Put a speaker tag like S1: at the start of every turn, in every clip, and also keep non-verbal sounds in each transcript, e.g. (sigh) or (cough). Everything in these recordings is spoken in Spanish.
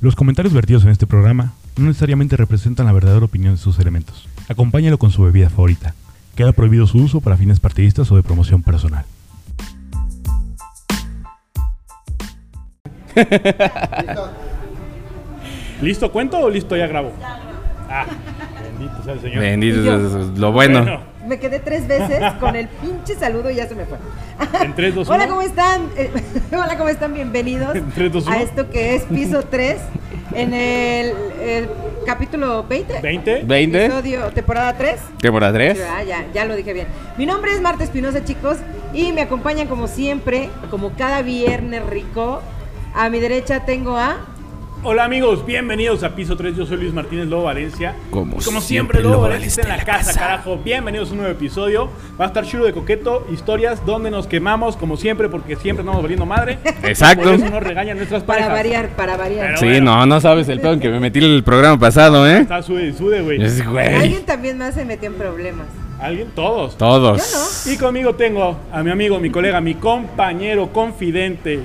S1: Los comentarios vertidos en este programa no necesariamente representan la verdadera opinión de sus elementos. Acompáñalo con su bebida favorita. Queda prohibido su uso para fines partidistas o de promoción personal.
S2: (laughs) ¿Listo cuento o listo ya grabo? Ah, bendito sea el Señor.
S3: Bendito,
S4: Y yo-
S3: eso es lo bueno.
S4: Me quedé tres veces con el pinche saludo y ya se me fue.
S2: En tres, dos,
S4: Hola,
S2: uno.
S4: ¿cómo están? Eh, (laughs) hola, ¿cómo están? Bienvenidos
S2: En tres, dos,
S4: a
S2: uno.
S4: esto que es piso 3 en el, el capítulo 20.
S2: 20.
S3: 20,
S4: Episodio, temporada 3.
S3: temporada 3.
S4: Ah, ya, ya lo dije bien. Mi nombre es Marta Espinosa, chicos, y me acompañan como siempre, como cada viernes rico. A mi derecha tengo a.
S2: Hola amigos, bienvenidos a Piso 3. Yo soy Luis Martínez Lobo Valencia.
S3: Como
S2: Y
S3: siempre,
S2: Lobo
S3: Lobo
S2: Valencia está en la, casa, carajo. Bienvenidos a un nuevo episodio. Va a estar chulo de coqueto, historias donde nos quemamos, como siempre, porque siempre andamos valiendo (laughs) madre.
S3: Exacto.
S2: Por eso nos regañan nuestras
S4: Para
S2: parejas.
S4: variar, para variar.
S2: Pero
S3: Sí,
S2: bueno.
S3: no, no sabes el pedo en que me metí el programa pasado, ¿eh?
S2: Está sude, y sude, güey.
S3: Yo sí, güey.
S4: Alguien también más se metió en problemas.
S2: ¿Alguien? Todos.
S3: Todos.
S2: Y conmigo tengo a mi amigo, mi colega, mi compañero, confidente,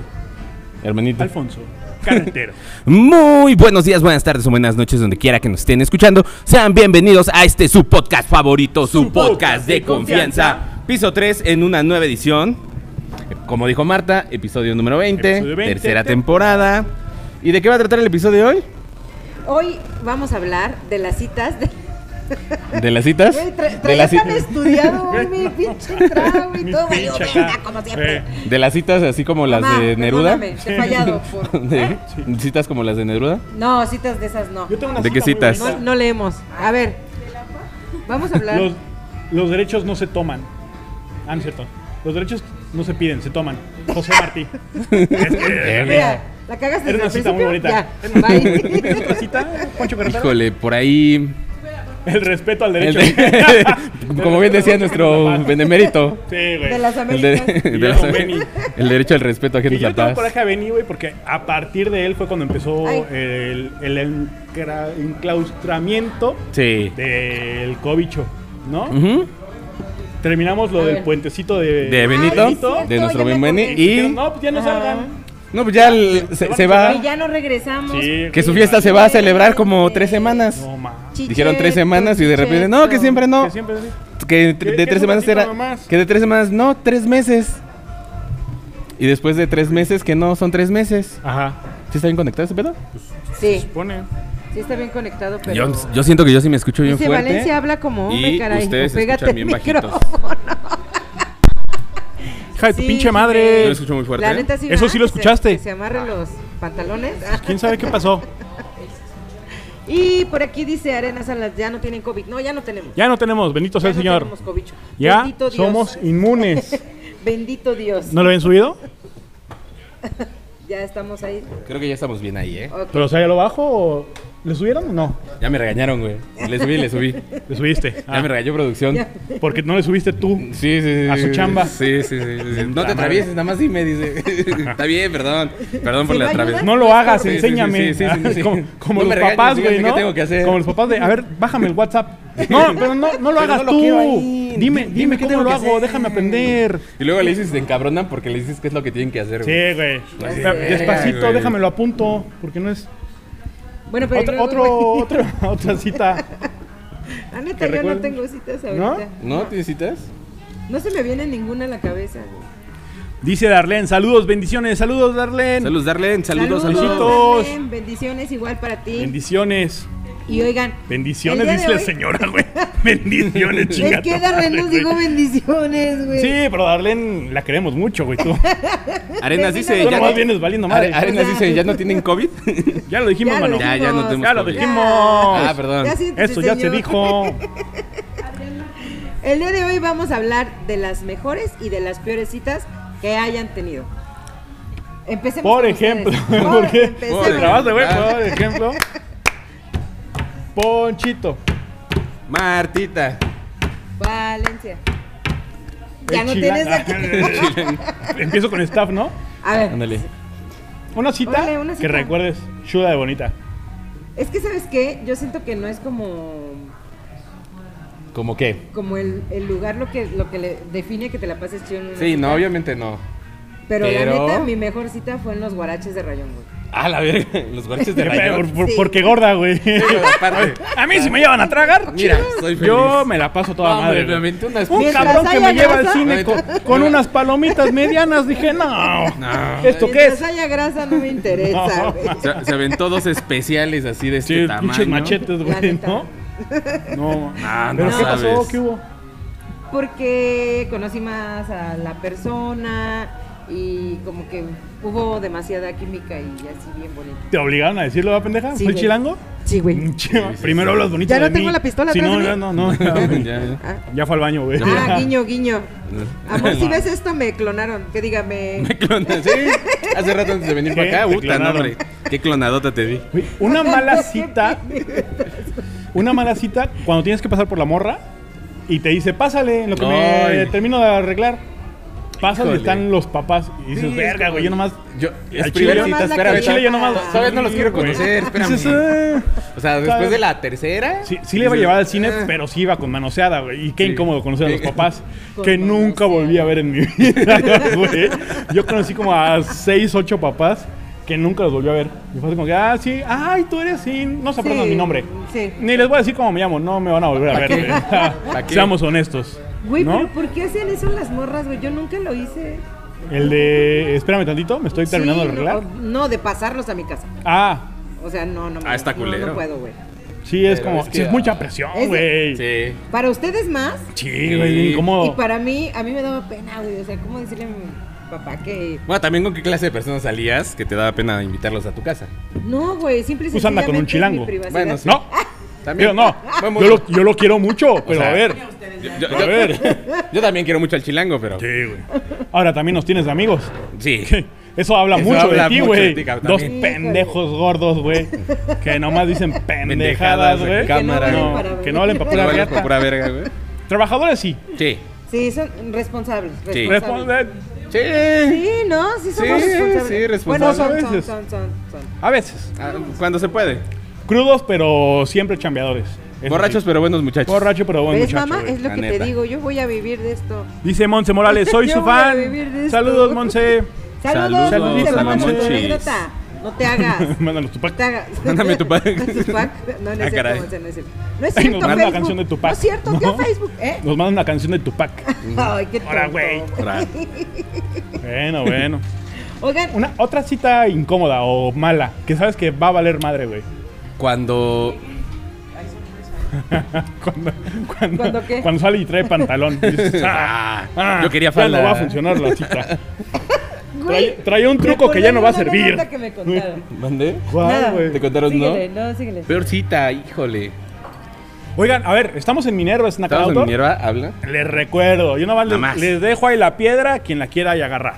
S3: Hermanito.
S2: Alfonso Carretero.
S3: Muy buenos días, buenas tardes o buenas noches, donde quiera que nos estén escuchando. Sean bienvenidos a este su podcast favorito, su,
S2: Su
S3: podcast,
S2: podcast
S3: de
S2: de
S3: confianza.
S2: confianza.
S3: Piso 3 en una nueva edición. Como dijo Marta, episodio número 20,
S2: Episodio 20.
S3: tercera temporada. ¿Y de qué va a tratar el episodio de hoy?
S4: Hoy vamos a hablar de las citas. De...
S3: ¿De las citas?
S4: Güey, tra-
S3: de, las
S4: traía tan
S3: citas-
S2: (laughs)
S4: estudiado hoy mi pinche trago y
S2: Mi
S4: todo. valió
S2: pinche
S4: verga, (laughs)
S2: acá.
S4: como siempre.
S2: Eh,
S3: de las citas así como las
S4: Mamá,
S3: de Neruda.
S4: perdóname, Te
S3: (laughs)
S4: he fallado. por- ¿Eh?
S3: ¿De- ¿Citas como las de Neruda?
S4: No, citas de esas no.
S2: Yo tengo una
S3: ¿De qué
S2: cita muy
S3: citas?
S4: No,
S2: bonita.
S4: no leemos. A ver. Vamos a hablar.
S2: Los, los derechos no se toman. Ah, no es cierto. Los derechos no se piden, se toman.
S4: (laughs)
S2: José Martí. Es que-
S4: Mira, la cagaste
S2: Era una
S4: desde el
S2: cita muy
S4: principio,
S2: bonita.
S4: (laughs) Ya, bye.
S2: ¿Tienes otra cita, Poncho Carretero?
S3: Híjole, por ahí.
S2: El respeto al
S3: el
S2: derecho.
S3: de-
S2: (laughs)
S3: como bien
S2: El respeto
S3: decía
S2: al
S3: nuestro
S2: derecho.
S3: benemérito.
S2: Sí, güey.
S4: De las
S3: El, de-
S4: Américas.
S3: de
S2: Guillermo
S3: las-
S2: Beni.
S3: el derecho al respeto a
S2: Que
S3: gente la
S2: yo le tengo
S3: paz.
S2: coraje a Benny, güey, porque a partir de él fue cuando empezó
S4: Ay.
S2: el, el encra- enclaustramiento
S3: Sí.
S2: del cobicho, ¿no?
S3: Ujú.
S2: Terminamos lo
S4: A
S2: del
S4: ver.
S2: puentecito de,
S3: De Benito,
S4: Ay, sí, es cierto,
S3: de nuestro
S4: ya me
S3: Ben Beni.
S4: acordé.
S2: Y
S3: Y
S2: no, Ah, pues ya no
S4: Ah.
S2: salgan.
S3: no, pues ya el- se, se
S4: Y
S3: va.
S4: ya no regresamos.
S2: Sí,
S3: Que su
S2: güey,
S3: fiesta se va a celebrar como tres semanas.
S2: No más.
S4: Chicheto,
S3: Dijeron tres semanas y de repente, no, que
S4: chicheto.
S3: siempre no.
S2: Que siempre así.
S3: Que
S2: Que-
S3: tr-
S2: que
S3: de
S2: es
S3: tres
S2: un
S3: semanas
S2: ratito
S3: era.
S2: nomás.
S3: Que de tres semanas, no, tres meses. Y después de tres meses, que no son tres meses.
S2: Ajá.
S3: ¿Sí está bien conectado ese pedo?
S4: Sí,
S2: Pone.
S4: sí está bien conectado, pero.
S3: Yo, yo siento que yo sí me escucho bien
S4: Dice
S3: fuerte.
S4: Valencia habla como hombre,
S3: y
S4: caray.
S3: ustedes
S4: pégate (laughs)
S3: escuchan bien
S4: el
S3: bajitos.
S4: micrófono.
S2: Hija de tu
S4: Sí,
S2: pinche
S4: sí,
S2: madre.
S3: Yo lo escucho muy fuerte.
S4: La
S3: ¿eh? Ah.
S4: neta sí.
S2: Eso
S4: ¿verdad?
S2: sí lo
S4: Que se-
S2: escuchaste.
S4: que Se, amarre los pantalones.
S2: ¿Quién sabe qué pasó?
S4: Y por aquí dice Arenas Salas, ya no tienen COVID. No, ya no tenemos.
S2: Ya no tenemos, bendito sea
S4: Ya
S2: el
S4: no
S2: Señor.
S4: tenemos cobicho.
S2: Ya
S4: Bendito Dios.
S2: somos inmunes.
S4: Bendito Dios.
S2: ¿No lo habían subido?
S4: Ya estamos ahí.
S3: Creo que ya estamos bien ahí, ¿eh?
S4: Ok.
S2: ¿Pero o sea, ya lo bajo o le subieron o no?
S3: Ya me regañaron, güey. Le subí, le subí.
S2: Le subiste. Ah.
S3: Ya me regañó producción.
S4: Ya.
S2: Porque no le subiste tú.
S3: Sí, sí, sí.
S2: A su chamba.
S3: Sí, sí, sí. sí, sí. No te
S2: madre.
S3: atravieses, nada más dime, dice. (laughs) Está bien, perdón. Perdón por
S4: ¿Sí
S3: la
S4: me
S3: travesía.
S2: No lo hagas,
S3: Sí, sí, sí,
S2: enséñame. Ah,
S3: sí, sí, sí, sí.
S2: Como, como
S3: No me
S2: los
S3: regañes,
S2: papás, güey,
S3: dígame
S2: ¿no?
S3: qué tengo que hacer.
S2: Como los papás de, a ver, bájame el WhatsApp.
S3: (laughs)
S2: No, pero no, no lo
S3: Pero
S2: hagas
S3: no lo
S2: tú.
S3: quiero ahí.
S2: Dime,
S3: Dime
S2: dime
S3: qué
S2: cómo
S3: tengo
S2: lo
S3: que
S2: hago,
S3: hacer.
S2: déjame aprender.
S3: Y luego le dices, te encabronan porque le dices qué es lo que tienen que hacer, güey.
S2: Sí, güey.
S3: Ay,
S2: Despacito,
S3: güey.
S2: déjamelo apunto, porque no es
S4: Bueno, pero
S2: otro,
S4: luego,
S2: otro,
S4: güey,
S2: otro, otra (laughs) cita. (laughs)
S4: La neta,
S2: que
S4: yo
S2: recuerden.
S4: no tengo citas
S2: ¿No?
S4: ahorita.
S3: ¿No? ¿Tienes citas?
S4: No se me viene ninguna a la cabeza. güey.
S2: Dice Darlene, saludos, bendiciones, saludos Darlene.
S3: Saludos, Darlene. Saludos, saludos.
S2: Besitos.
S4: Darlene, Bendiciones igual para ti.
S2: Bendiciones.
S4: y oigan,
S2: Bendiciones,
S4: el día
S2: dice
S4: de
S2: la
S4: hoy-
S2: señora, güey. (laughs) Bendiciones, chingada.
S4: Es que Darlene nos
S2: madre,
S4: dijo
S2: güey.
S4: bendiciones, güey.
S2: Sí, pero Darlene la queremos mucho, güey, tú.
S3: Arenas dice,
S2: Tú
S3: ya
S2: nomás
S3: no,
S2: vienes valiendo madre.
S3: Are- Arenas dice, ¿ya no tienen COVID?
S2: Ya lo
S4: (laughs)
S2: dijimos,
S4: Ya lo
S2: mano.
S3: ya, ya no tenemos
S2: Ya lo
S3: COVID.
S2: dijimos.
S3: Ah, perdón.
S4: Ya siéntese,
S2: Eso ya se
S4: señor. (laughs)
S2: dijo.
S4: El día de hoy vamos a hablar de las mejores y de las peores citas que hayan tenido. Empecemos
S2: Por
S4: con
S2: ejemplo,
S4: ustedes.
S2: (laughs) ¿por qué?
S4: empecemos.
S3: Por
S2: Te trabaste, güey.
S3: Ah.
S2: Por ejemplo, Ponchito.
S3: Martita.
S4: Valencia. Ya
S2: el
S4: no
S2: chilanga.
S4: tienes
S2: (laughs)
S4: aquí. (laughs)
S2: Empiezo con staff, ¿no?
S4: A ver,
S3: Ándale.
S2: Una cita,
S4: Órale, una
S2: que
S4: cita.
S2: recuerdes, chuda de bonita.
S4: es que sabes qué, yo siento que no es como
S3: ¿Cómo qué?
S4: como el, el lugar lo que lo que le define que te la pases chido en una
S3: Sí,
S4: cita.
S3: no, obviamente no.
S4: Pero,
S3: pero-
S4: la neta mi mejor cita fue en los guaraches de Rayón, güey.
S3: Ah, la verga. Los guaraches de
S2: Qué pedo,
S3: Rayón.
S2: por- por-
S4: Sí.
S2: Porque gorda, güey.
S3: Aparte.
S2: A mí si me llevan a tragar,
S3: Mira, soy feliz.
S2: yo me la paso toda
S3: No, hombre,
S2: madre.
S3: me
S2: güey.
S3: aventé unas
S2: Un
S4: Mientras
S2: cabrón que
S4: haya
S2: me lleva al
S4: grasa.
S2: cine con, con unas palomitas medianas, dije, no.
S3: No.
S2: ¿Esto qué
S4: Mientras
S2: es?
S4: haya grasa no me
S2: (laughs)
S4: interesa,
S2: No.
S4: güey.
S3: Se, se aventó dos especiales así de este
S2: Sí,
S3: tamaño.
S2: pinches machetes,
S4: La
S2: güey,
S4: neta.
S2: ¿no? No.
S3: Ah, no
S2: ¿Pero qué pasó?
S3: sabes.
S2: ¿Qué hubo?
S4: Porque conocí más a la persona y como que hubo demasiada química y así bien bonito.
S2: ¿Te obligaron a decirlo, va pendeja?
S4: Sí,
S2: ¿Fue el
S4: güey.
S2: chilango? Mm,
S4: Sí, güey.
S2: Chima, Primero hablas bonito.
S4: Ya
S2: de
S4: no tengo
S2: mí.
S4: la pistola
S2: Sí,
S4: atrás
S2: no,
S4: de
S2: ya
S4: mí.
S2: no, no.
S3: (laughs) Ya, ya.
S4: Ah,
S2: Ya fue al baño, güey.
S4: Ah, guiño, guiño.
S2: (laughs)
S4: Amor, si
S3: (laughs)
S2: ¿Eh? No.
S4: ves esto, me clonaron. Que
S2: (laughs)
S4: dígame.
S3: Me clonas, sí. Hace rato antes de venir para
S2: ¿Qué?
S3: acá,
S2: Te
S3: puta, no,
S2: clonaron.
S3: hombre. Qué clonadota te di.
S2: Güey, Una mala cita. Una mala cita cuando tienes que pasar por la morra y te dice, pásale, en lo que me
S3: Ay.
S2: termino de arreglar. Pásale,
S3: Híjole.
S2: están los papás. Y dices,
S3: Sí,
S2: verga,
S3: es
S2: güey, yo nomás.
S3: Yo,
S2: Al
S3: es
S2: chile
S3: primera
S2: yo
S3: cita,
S4: nomás la
S3: espérame.
S2: Al chile yo nomás.
S4: Ah,
S3: Todavía no los quiero
S2: güey.
S3: conocer, espérame.
S2: Dices, "Ah".
S3: O sea, después de la tercera.
S2: Sí, sí le iba a
S3: dices,
S2: llevar al cine,
S4: Eh.
S3: "Ah".
S2: pero sí iba con manoseada, güey. Y qué
S3: Sí.
S2: incómodo conocer a los
S3: Sí.
S2: papás
S4: (laughs) Con
S2: que
S4: manoseada.
S2: nunca volví a ver en mi vida, (laughs) güey. Yo conocí como a seis, ocho papás que nunca los volví a ver. Y fue así como que, ah, sí, ay, tú eres, sí, no se aprendan
S4: Sí,
S2: mi nombre.
S4: sí.
S2: Ni les voy a decir cómo me llamo, no me van a volver a ver, güey.
S3: "Ah, ¿Pa' qué?
S2: Seamos honestos.
S4: Güey,
S2: ¿no?
S4: pero ¿por qué hacen eso las morras, güey? Yo nunca lo hice.
S2: El de, espérame tantito, me estoy terminando de
S4: Sí, no,
S2: arreglar.
S4: No, de pasarlos a mi casa.
S2: Ah,
S4: O sea, no, no.
S3: Ah, está
S4: no, No,
S3: culero.
S4: puedo, güey.
S2: sí, es
S3: Pero
S2: como,
S3: es
S2: sí,
S3: que-
S2: es mucha presión,
S4: Es de-
S2: güey.
S3: Sí.
S4: Para ustedes más.
S2: Sí, güey,
S3: Sí.
S4: Y
S2: incómodo.
S4: para mí, a mí me daba pena, güey. O sea, ¿cómo decirle a mi papá que.
S3: Bueno, también con qué clase de personas salías que te daba pena invitarlos a tu casa.
S4: No, güey, simple y
S2: Pues anda con un
S4: sencillamente
S2: chilango.
S4: mi privacidad.
S3: Bueno, sí.
S2: No,
S3: También.
S2: yo no,
S3: Vamos.
S2: yo lo, yo lo quiero mucho, pero
S3: sea,
S2: a ver.
S3: Yo, yo-
S2: A ver.
S3: yo también quiero mucho al chilango, pero.
S2: Sí, güey. Ahora también nos tienes amigos.
S3: Sí.
S2: Eso habla
S3: Eso
S2: mucho
S3: habla
S2: de ti,
S3: mucho de
S2: güey.
S3: ti, cabrón,
S2: Dos
S4: también.
S2: pendejos gordos, güey. Que nomás dicen
S3: (laughs)
S2: pendejadas,
S3: Pendejadas, güey,
S2: güey.
S3: cámara,
S2: No,
S4: güey.
S2: que no
S4: (laughs)
S2: hablen para
S4: Que
S3: No
S2: pura
S3: vales por
S2: riata.
S3: pura verga, güey.
S2: Trabajadores sí.
S3: Sí.
S4: Sí, son responsables.
S3: Sí.
S4: responsables.
S2: Responde-
S3: Sí.
S4: Sí, no, sí somos
S3: Sí,
S4: responsables.
S3: sí, responsables.
S4: Bueno, son,
S2: A
S4: son,
S2: veces.
S4: son, son, son.
S2: A veces.
S3: Ah, Cuando se puede.
S2: Crudos, pero siempre chambeadores. Eso
S3: Borrachos,
S2: sí.
S3: pero buenos muchachos.
S2: Borracho, pero buen
S4: ¿Ves,
S2: muchacho.
S4: mamá?
S2: güey.
S4: Es lo
S3: la
S4: que te
S3: neta.
S4: digo. Yo voy a vivir de esto.
S2: Dice Monse Morales,
S4: (laughs)
S2: soy
S4: Yo
S2: su
S4: voy a
S2: fan.
S4: vivir de esto.
S2: Saludos, Monse. (laughs)
S4: Saludos,
S3: Saludos,
S4: Monse,
S2: saludos,
S4: mándame tu
S2: Monchis.
S4: anécdota. No
S2: (laughs)
S4: te hagas.
S2: Mándanos tu
S4: No te
S2: pack.
S4: hagas.
S3: (laughs) Mándame tu pack.
S4: (laughs) Tu pack. No, no
S3: Ah,
S4: es cierto,
S3: caray.
S4: Monse, no es cierto. No es
S2: Ay,
S4: cierto,
S2: nos manda
S4: Facebook.
S2: la canción de Tupac.
S4: No es cierto, tío
S2: No.
S4: Facebook. ¿Eh?
S2: Nos mandan una canción de Tupac.
S4: (laughs) Ay, qué tonto.
S2: Ahora, güey.
S3: Ra-
S2: Bueno, bueno.
S4: Oigan,
S2: Una, otra cita incómoda o mala, que sabes que va a valer madre, güey.
S3: Cuando.
S2: (laughs) Cuando, cuando,
S4: ¿Cuándo qué?
S2: cuando sale y trae
S4: (laughs)
S2: pantalón. Y dices, (laughs) "Ah, ah,
S3: yo quería
S2: ya no
S3: falda.
S2: va a funcionar la cita.
S4: güey.
S2: Trae, trae un truco que ya no va a servir.
S4: que me contaron.
S3: ¿Mandé?
S2: ¿Cuál,
S4: Nada.
S3: ¿Te
S2: güey?
S3: contaron,
S4: Síguele,
S3: no?
S4: no, síguele.
S3: Peor cita, híjole.
S2: Oigan, a ver, estamos en Minerva, Snack
S3: ¿Estabas en
S2: Outdoor.
S3: Minerva? Habla.
S2: Les recuerdo, yo nomás
S3: Nada
S2: les,
S3: más.
S2: les dejo ahí la piedra a quien la quiera y agarrar.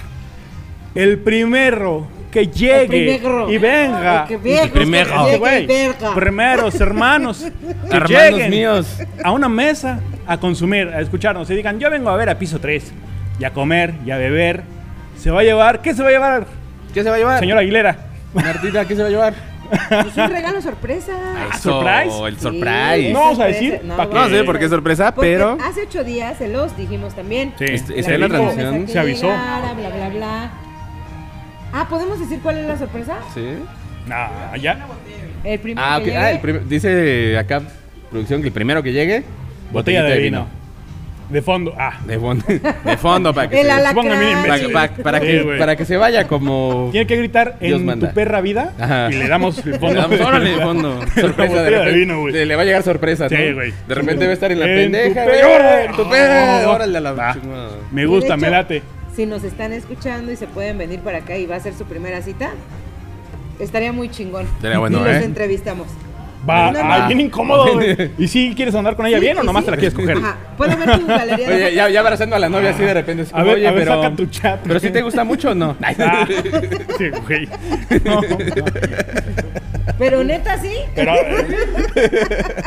S2: El primero que
S4: El
S2: llegue
S4: primero.
S2: y venga. Ah,
S4: El que venga,
S3: El primero.
S4: el que llegue
S2: Güey,
S4: y verga.
S2: primeros
S4: (laughs)
S2: hermanos, que
S3: Hermanos
S2: lleguen
S3: míos.
S2: a una mesa a consumir, a escucharnos y digan, yo vengo a ver a piso 3 y a comer y a beber. ¿Se va a llevar? ¿Qué se va a llevar,
S3: ¿Qué se va a llevar?
S2: señora Aguilera?
S3: Martita, ¿qué se va a llevar?
S4: Es Pues
S2: (laughs)
S4: un regalo sorpresa.
S3: Eso,
S2: Ah, surprise.
S3: El
S4: Sí.
S3: surprise.
S2: No vamos a decir
S4: No,
S2: pa'
S3: No
S4: güey.
S3: sé por qué es sorpresa,
S4: Porque
S3: pero.
S4: hace ocho días se los dijimos también.
S2: Sí.
S3: Este-
S2: se
S3: esta es la
S2: dijo,
S4: mesa
S3: transmisión.
S4: que
S2: Se avisó.
S4: llegara, bla, bla, bla. Ah, ¿podemos decir cuál es la sorpresa?
S3: Sí.
S2: Nah, ya.
S4: El primero
S3: Ah,
S4: que
S3: ok.
S4: llegue.
S3: Ah, el prim- dice acá producción que el primero que llegue.
S2: Botella de vino. De fondo. Ah.
S3: De fondo, de fondo para que
S4: El
S3: se,
S4: alacrán.
S2: Supongan bien
S3: para,
S2: imbécil.
S3: para- para
S2: Sí,
S3: que,
S2: güey.
S3: para que se vaya como.
S2: Tiene que gritar
S3: Dios
S2: en
S3: manda.
S2: tu perra vida
S3: Ajá.
S2: y le damos el fondo.
S3: Le (laughs) damos,
S2: (laughs)
S3: órale, de fondo.
S2: Una
S3: Sorpresa de
S2: botella de
S3: repente.
S2: vino, güey.
S3: le, le va a llegar sorpresa,
S2: Sí,
S3: ¿no?
S2: güey.
S3: De repente va a estar en la
S2: En tu
S3: pendeja.
S2: perra.
S3: güey, órale, en tu perra,
S2: Oh.
S3: órale a la
S2: Va.
S3: chingada.
S2: Me gusta,
S4: Y de
S2: me
S4: hecho,
S2: late.
S4: Si nos están escuchando y se pueden venir para acá y va a ser su primera cita, estaría muy chingón.
S3: Estaría bueno,
S4: y
S3: ¿eh?
S4: los entrevistamos.
S2: Va,
S4: No,
S2: ay,
S3: no.
S2: bien
S3: (laughs)
S2: incómodo, güey. ¿Y si quieres andar con ella bien o
S4: Sí,
S2: nomás
S4: sí.
S2: te la quieres coger?
S4: Ajá. Puedo ver tu galería de
S3: Oye, ya, ya abrazando a la novia así de repente. así
S2: A
S3: como,
S2: ver,
S3: oye,
S2: a ver,
S3: pero.
S2: saca tu chat.
S3: Pero si te gusta mucho o
S2: (laughs)
S3: no. (laughs)
S2: Ah, sí, güey. No, no.
S4: fotos. Pero neta, sí.
S2: Pero, eh,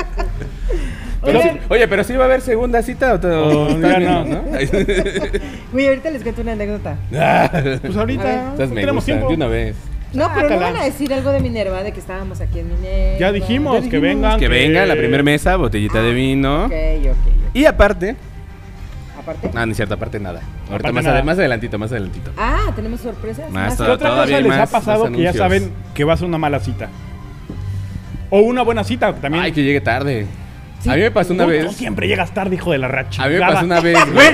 S3: Pero sí-
S4: Oigan,
S3: oye, pero sí va a haber segunda cita o te- o
S2: Oh,
S3: estás
S2: ya
S3: viendo,
S2: no.
S3: (laughs)
S4: güey, ahorita les cuento una anécdota.
S2: pues
S4: A ver.
S2: ahorita no
S3: Entonces me
S2: tenemos
S3: gusta,
S2: tiempo.
S3: de una vez.
S4: No, pero no
S2: Sácala.
S4: van a decir algo de Minerva, de que estábamos aquí en Minerva.
S2: Ya dijimos, que vengan.
S3: Que venga la primera mesa, botellita de vino.
S4: Ok, ok.
S3: Y aparte,
S4: ok. aparte.
S3: Ah, no es cierto, aparte nada. Ahorita
S2: Aparte
S3: más,
S2: nada.
S3: ade- más adelantito, más adelantito.
S4: Ah, tenemos sorpresas.
S3: Más
S2: ¿Qué
S3: to-
S2: otra
S3: todavía
S2: cosa
S3: hay
S2: les
S3: más-
S2: ha pasado
S3: más
S2: que ya
S3: anuncios.
S2: saben que va a ser una mala cita? O una buena cita también.
S3: Ay, que llegue tarde.
S4: Sí.
S3: A mí me pasó una
S2: Tú- tú
S3: vez.
S2: siempre llegas tarde, hijo de la racha.
S3: A mí me pasó una
S2: (laughs)
S3: vez, güey.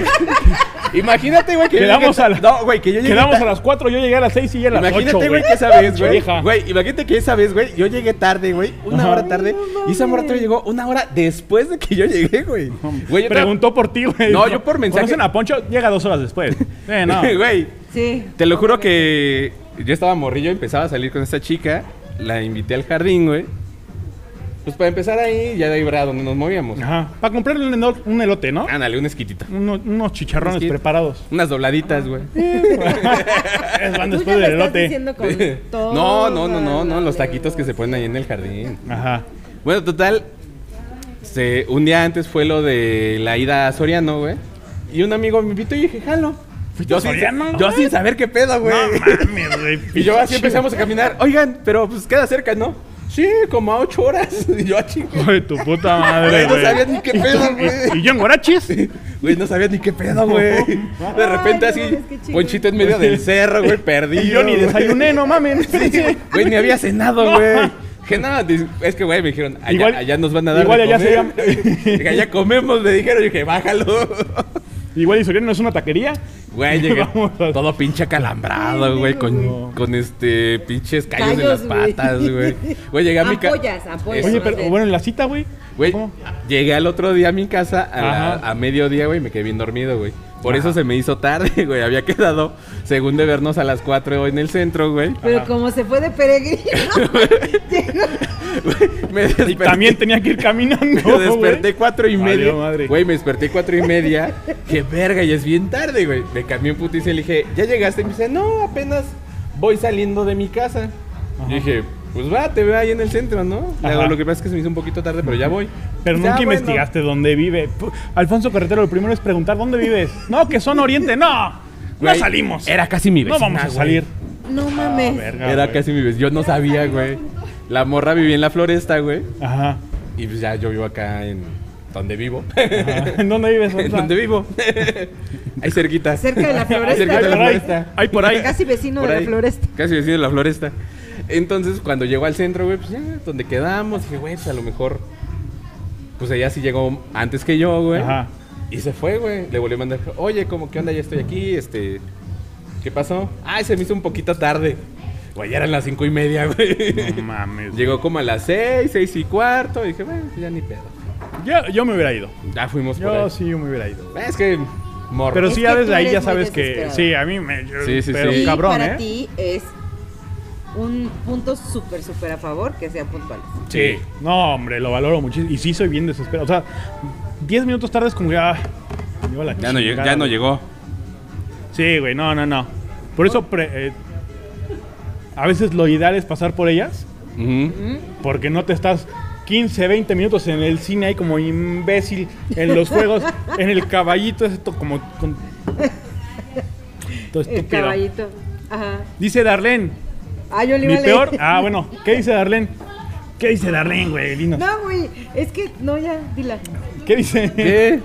S3: Imagínate, güey, que yo
S2: Quedamos
S3: llegué-
S2: a la-
S3: No, güey, que yo llegué
S2: Quedamos
S3: ta-
S2: a las 4, yo llegué a las 6 y ya a las 8.
S3: Imagínate, güey, que esa vez, güey.
S2: Hija.
S3: Güey, imagínate que esa vez, güey, yo llegué tarde, güey. Una
S2: Ajá.
S3: hora tarde. Y esa morra todavía llegó una hora después de que yo llegué, güey. Güey, yo te-
S2: Preguntó por ti, güey.
S3: No, yo por mensaje-
S2: ¿Conocen a Poncho? Llega dos horas
S3: (laughs)
S2: después. Eh, no.
S3: Güey,
S4: Sí.
S3: te lo juro que yo estaba morrillo, empezaba a salir con esta chica. La invité al jardín, güey. Pues para empezar ahí, ya de ahí era donde nos movíamos.
S2: Ajá. Para comprarle un, eno- un elote, ¿no?
S3: Ándale, una esquitita.
S2: Uno- unos chicharrones
S3: Es que- (laughs)
S2: preparados.
S3: Unas dobladitas, güey.
S2: Es van
S4: Tú ya
S2: después
S4: lo
S2: del
S4: estás
S2: elote.
S4: diciendo con
S3: (laughs)
S4: todo.
S3: No, no, no, no, no, los taquitos que se ponen ahí en el jardín.
S2: Ajá.
S3: Bueno, total. se- un día antes fue lo de la ida a Soriano, güey. Y un amigo me invitó y dije, jalo.
S2: ¿Fuiste
S3: Yo
S2: a
S3: sin,
S2: Soriano,
S3: yo
S2: güey?
S3: sin saber qué pedo, güey.
S2: Mames, güey.
S3: y yo
S2: (laughs)
S3: así empezamos a caminar. Oigan, pero pues queda cerca, ¿no? Sí, como a ocho horas. (laughs) Y yo "Ah, a chingo.
S2: Hijo de tu puta madre,
S3: Güey, no
S2: güey.
S3: sabía ni qué pedo,
S2: ¿Y,
S3: güey.
S2: y yo en Guarachis?
S3: Güey, no sabía ni qué pedo, güey. De repente
S4: Ay, no
S3: así,
S4: mames, qué chido.
S3: Ponchito en medio del cerro, güey, perdido.
S2: Y (laughs) yo ni
S3: güey.
S2: desayuné,
S4: (laughs)
S2: no mames.
S3: Güey, ni había cenado,
S2: No.
S3: güey. Que nada, dis- es que, güey, me dijeron, allá,
S2: Igual-
S3: allá nos van a dar.
S2: igual
S3: de
S2: allá se
S3: comer. (laughs) Dije, allá comemos, me dijeron, yo dije,
S2: (laughs)
S3: bájalo.
S2: Igual y Soriano no es una taquería. (laughs)
S3: Güey, llegué
S2: Vamos a-
S3: todo pinche acalambrado, güey, con, con este pinches callos, en las
S4: Callos, güey.
S3: patas, güey. Güey, llegué a mi
S4: Ampollas,
S3: casa.
S4: ampollas.
S2: Oye,
S4: Eso,
S2: pero
S4: sí.
S2: bueno, en la cita, güey.
S3: Güey,
S2: ¿Cómo?
S3: llegué al otro día a mi casa a, la-
S2: Ajá.
S3: a mediodía, güey, me quedé bien dormido, güey. Por eso se me hizo tarde, (laughs) güey. Había quedado, según de vernos a las 4 en el centro,
S2: (laughs)
S3: güey.
S4: Pero
S2: Ajá.
S4: como se fue de
S2: (laughs)
S4: peregrino. llegó-
S3: Me
S2: Y
S3: desperté.
S2: también tenía que ir (laughs) caminando.
S3: (laughs) Me desperté
S2: güey.
S3: cuatro y
S2: Valió
S3: media.
S2: madre.
S3: Güey, me desperté cuatro y media. Qué verga, y es bien tarde, güey. Me cambié un putiza y le dije, ¿ya llegaste? Y me dice, no, apenas voy saliendo de mi casa. Y dije, pues va, te veo ahí en el centro, ¿no? Le hago,
S2: Ajá.
S3: lo que pasa es que se me hizo un poquito tarde, pero ya voy.
S2: Pero
S3: Ya,
S2: nunca
S3: bueno.
S2: investigaste dónde vive. Pu- Alfonso Carretero, lo primero es preguntar dónde vives. No, que son Oriente, no.
S3: Güey,
S2: no salimos.
S3: Era casi mi
S2: no
S3: vecina,
S2: vamos a
S3: güey.
S2: salir.
S4: No
S2: Ah,
S4: mames.
S2: verga,
S3: Era
S2: güey.
S3: casi mi vecina. Yo no sabía, güey. La morra vivía en la floresta, güey. (laughs)
S2: Ajá.
S3: Y pues ya yo vivo acá en donde vivo. (laughs)
S2: Ajá. ¿En dónde vives?
S3: en donde
S2: (laughs)
S3: vivo. Ahí cerquita.
S4: Cerca de la floresta.
S3: Cerquita de la
S2: Ahí por ahí.
S3: floresta.
S2: Ahí por ahí.
S4: Casi vecino
S3: Por
S4: de
S3: ahí.
S4: la floresta.
S3: Casi vecino de la floresta. Entonces, cuando llegó al centro, güey, pues ya, donde quedamos, dije, güey, pues a lo mejor. Pues ella sí llegó antes que yo, güey.
S2: Ajá.
S3: Y se fue, güey. Le volví a mandar, oye, ¿cómo qué onda? Ya estoy aquí, este. ¿Qué pasó? Ay, se me hizo un poquito tarde. Güey, ya eran las cinco y media, güey. (laughs)
S2: No mames.
S3: Llegó como a las seis, seis y cuarto. Y dije, bueno, pues ya ni pedo.
S2: Yo, yo me hubiera ido.
S3: Ya fuimos por
S2: Yo
S3: ahí.
S2: sí, yo me hubiera ido.
S3: Es que. Morro.
S2: Pero
S4: Es
S2: sí,
S4: que
S2: ya desde
S4: tú
S2: ahí
S4: eres
S2: ya
S4: muy
S2: sabes que.
S4: desesperado.
S2: Sí, a mí me. yo-
S3: Sí, sí,
S2: pero
S3: sí.
S4: y
S2: cabrón,
S4: para
S2: ¿eh?
S4: ti es un punto súper, súper a favor que sean puntuales.
S2: Sí. Eh, No, hombre, lo valoro muchísimo. Y sí, soy bien desesperado. O sea, 10 minutos tarde es como que. ah, llegó la
S3: Ya no, lleg-
S2: chingada,
S3: ya no
S2: güey.
S3: llegó.
S2: Sí, güey, no, no, no. Por eso, pre- eh, a veces lo ideal es pasar por ellas,
S3: Ujú.
S2: porque no te estás 15, 20 minutos en el cine ahí como imbécil, en los juegos, en el caballito, esto como. con- todo
S4: El
S2: estúpido.
S4: caballito. Ajá.
S2: Dice Darlene,
S4: Ah, yo le iba
S2: mi
S4: a leer.
S2: peor. Ah, bueno, ¿qué dice Darlene? ¿Qué dice Darlene, güey? Dinos.
S4: (laughs) No, güey. Es que, no, ya, dila.
S2: ¿Qué dice?
S3: ¿Qué?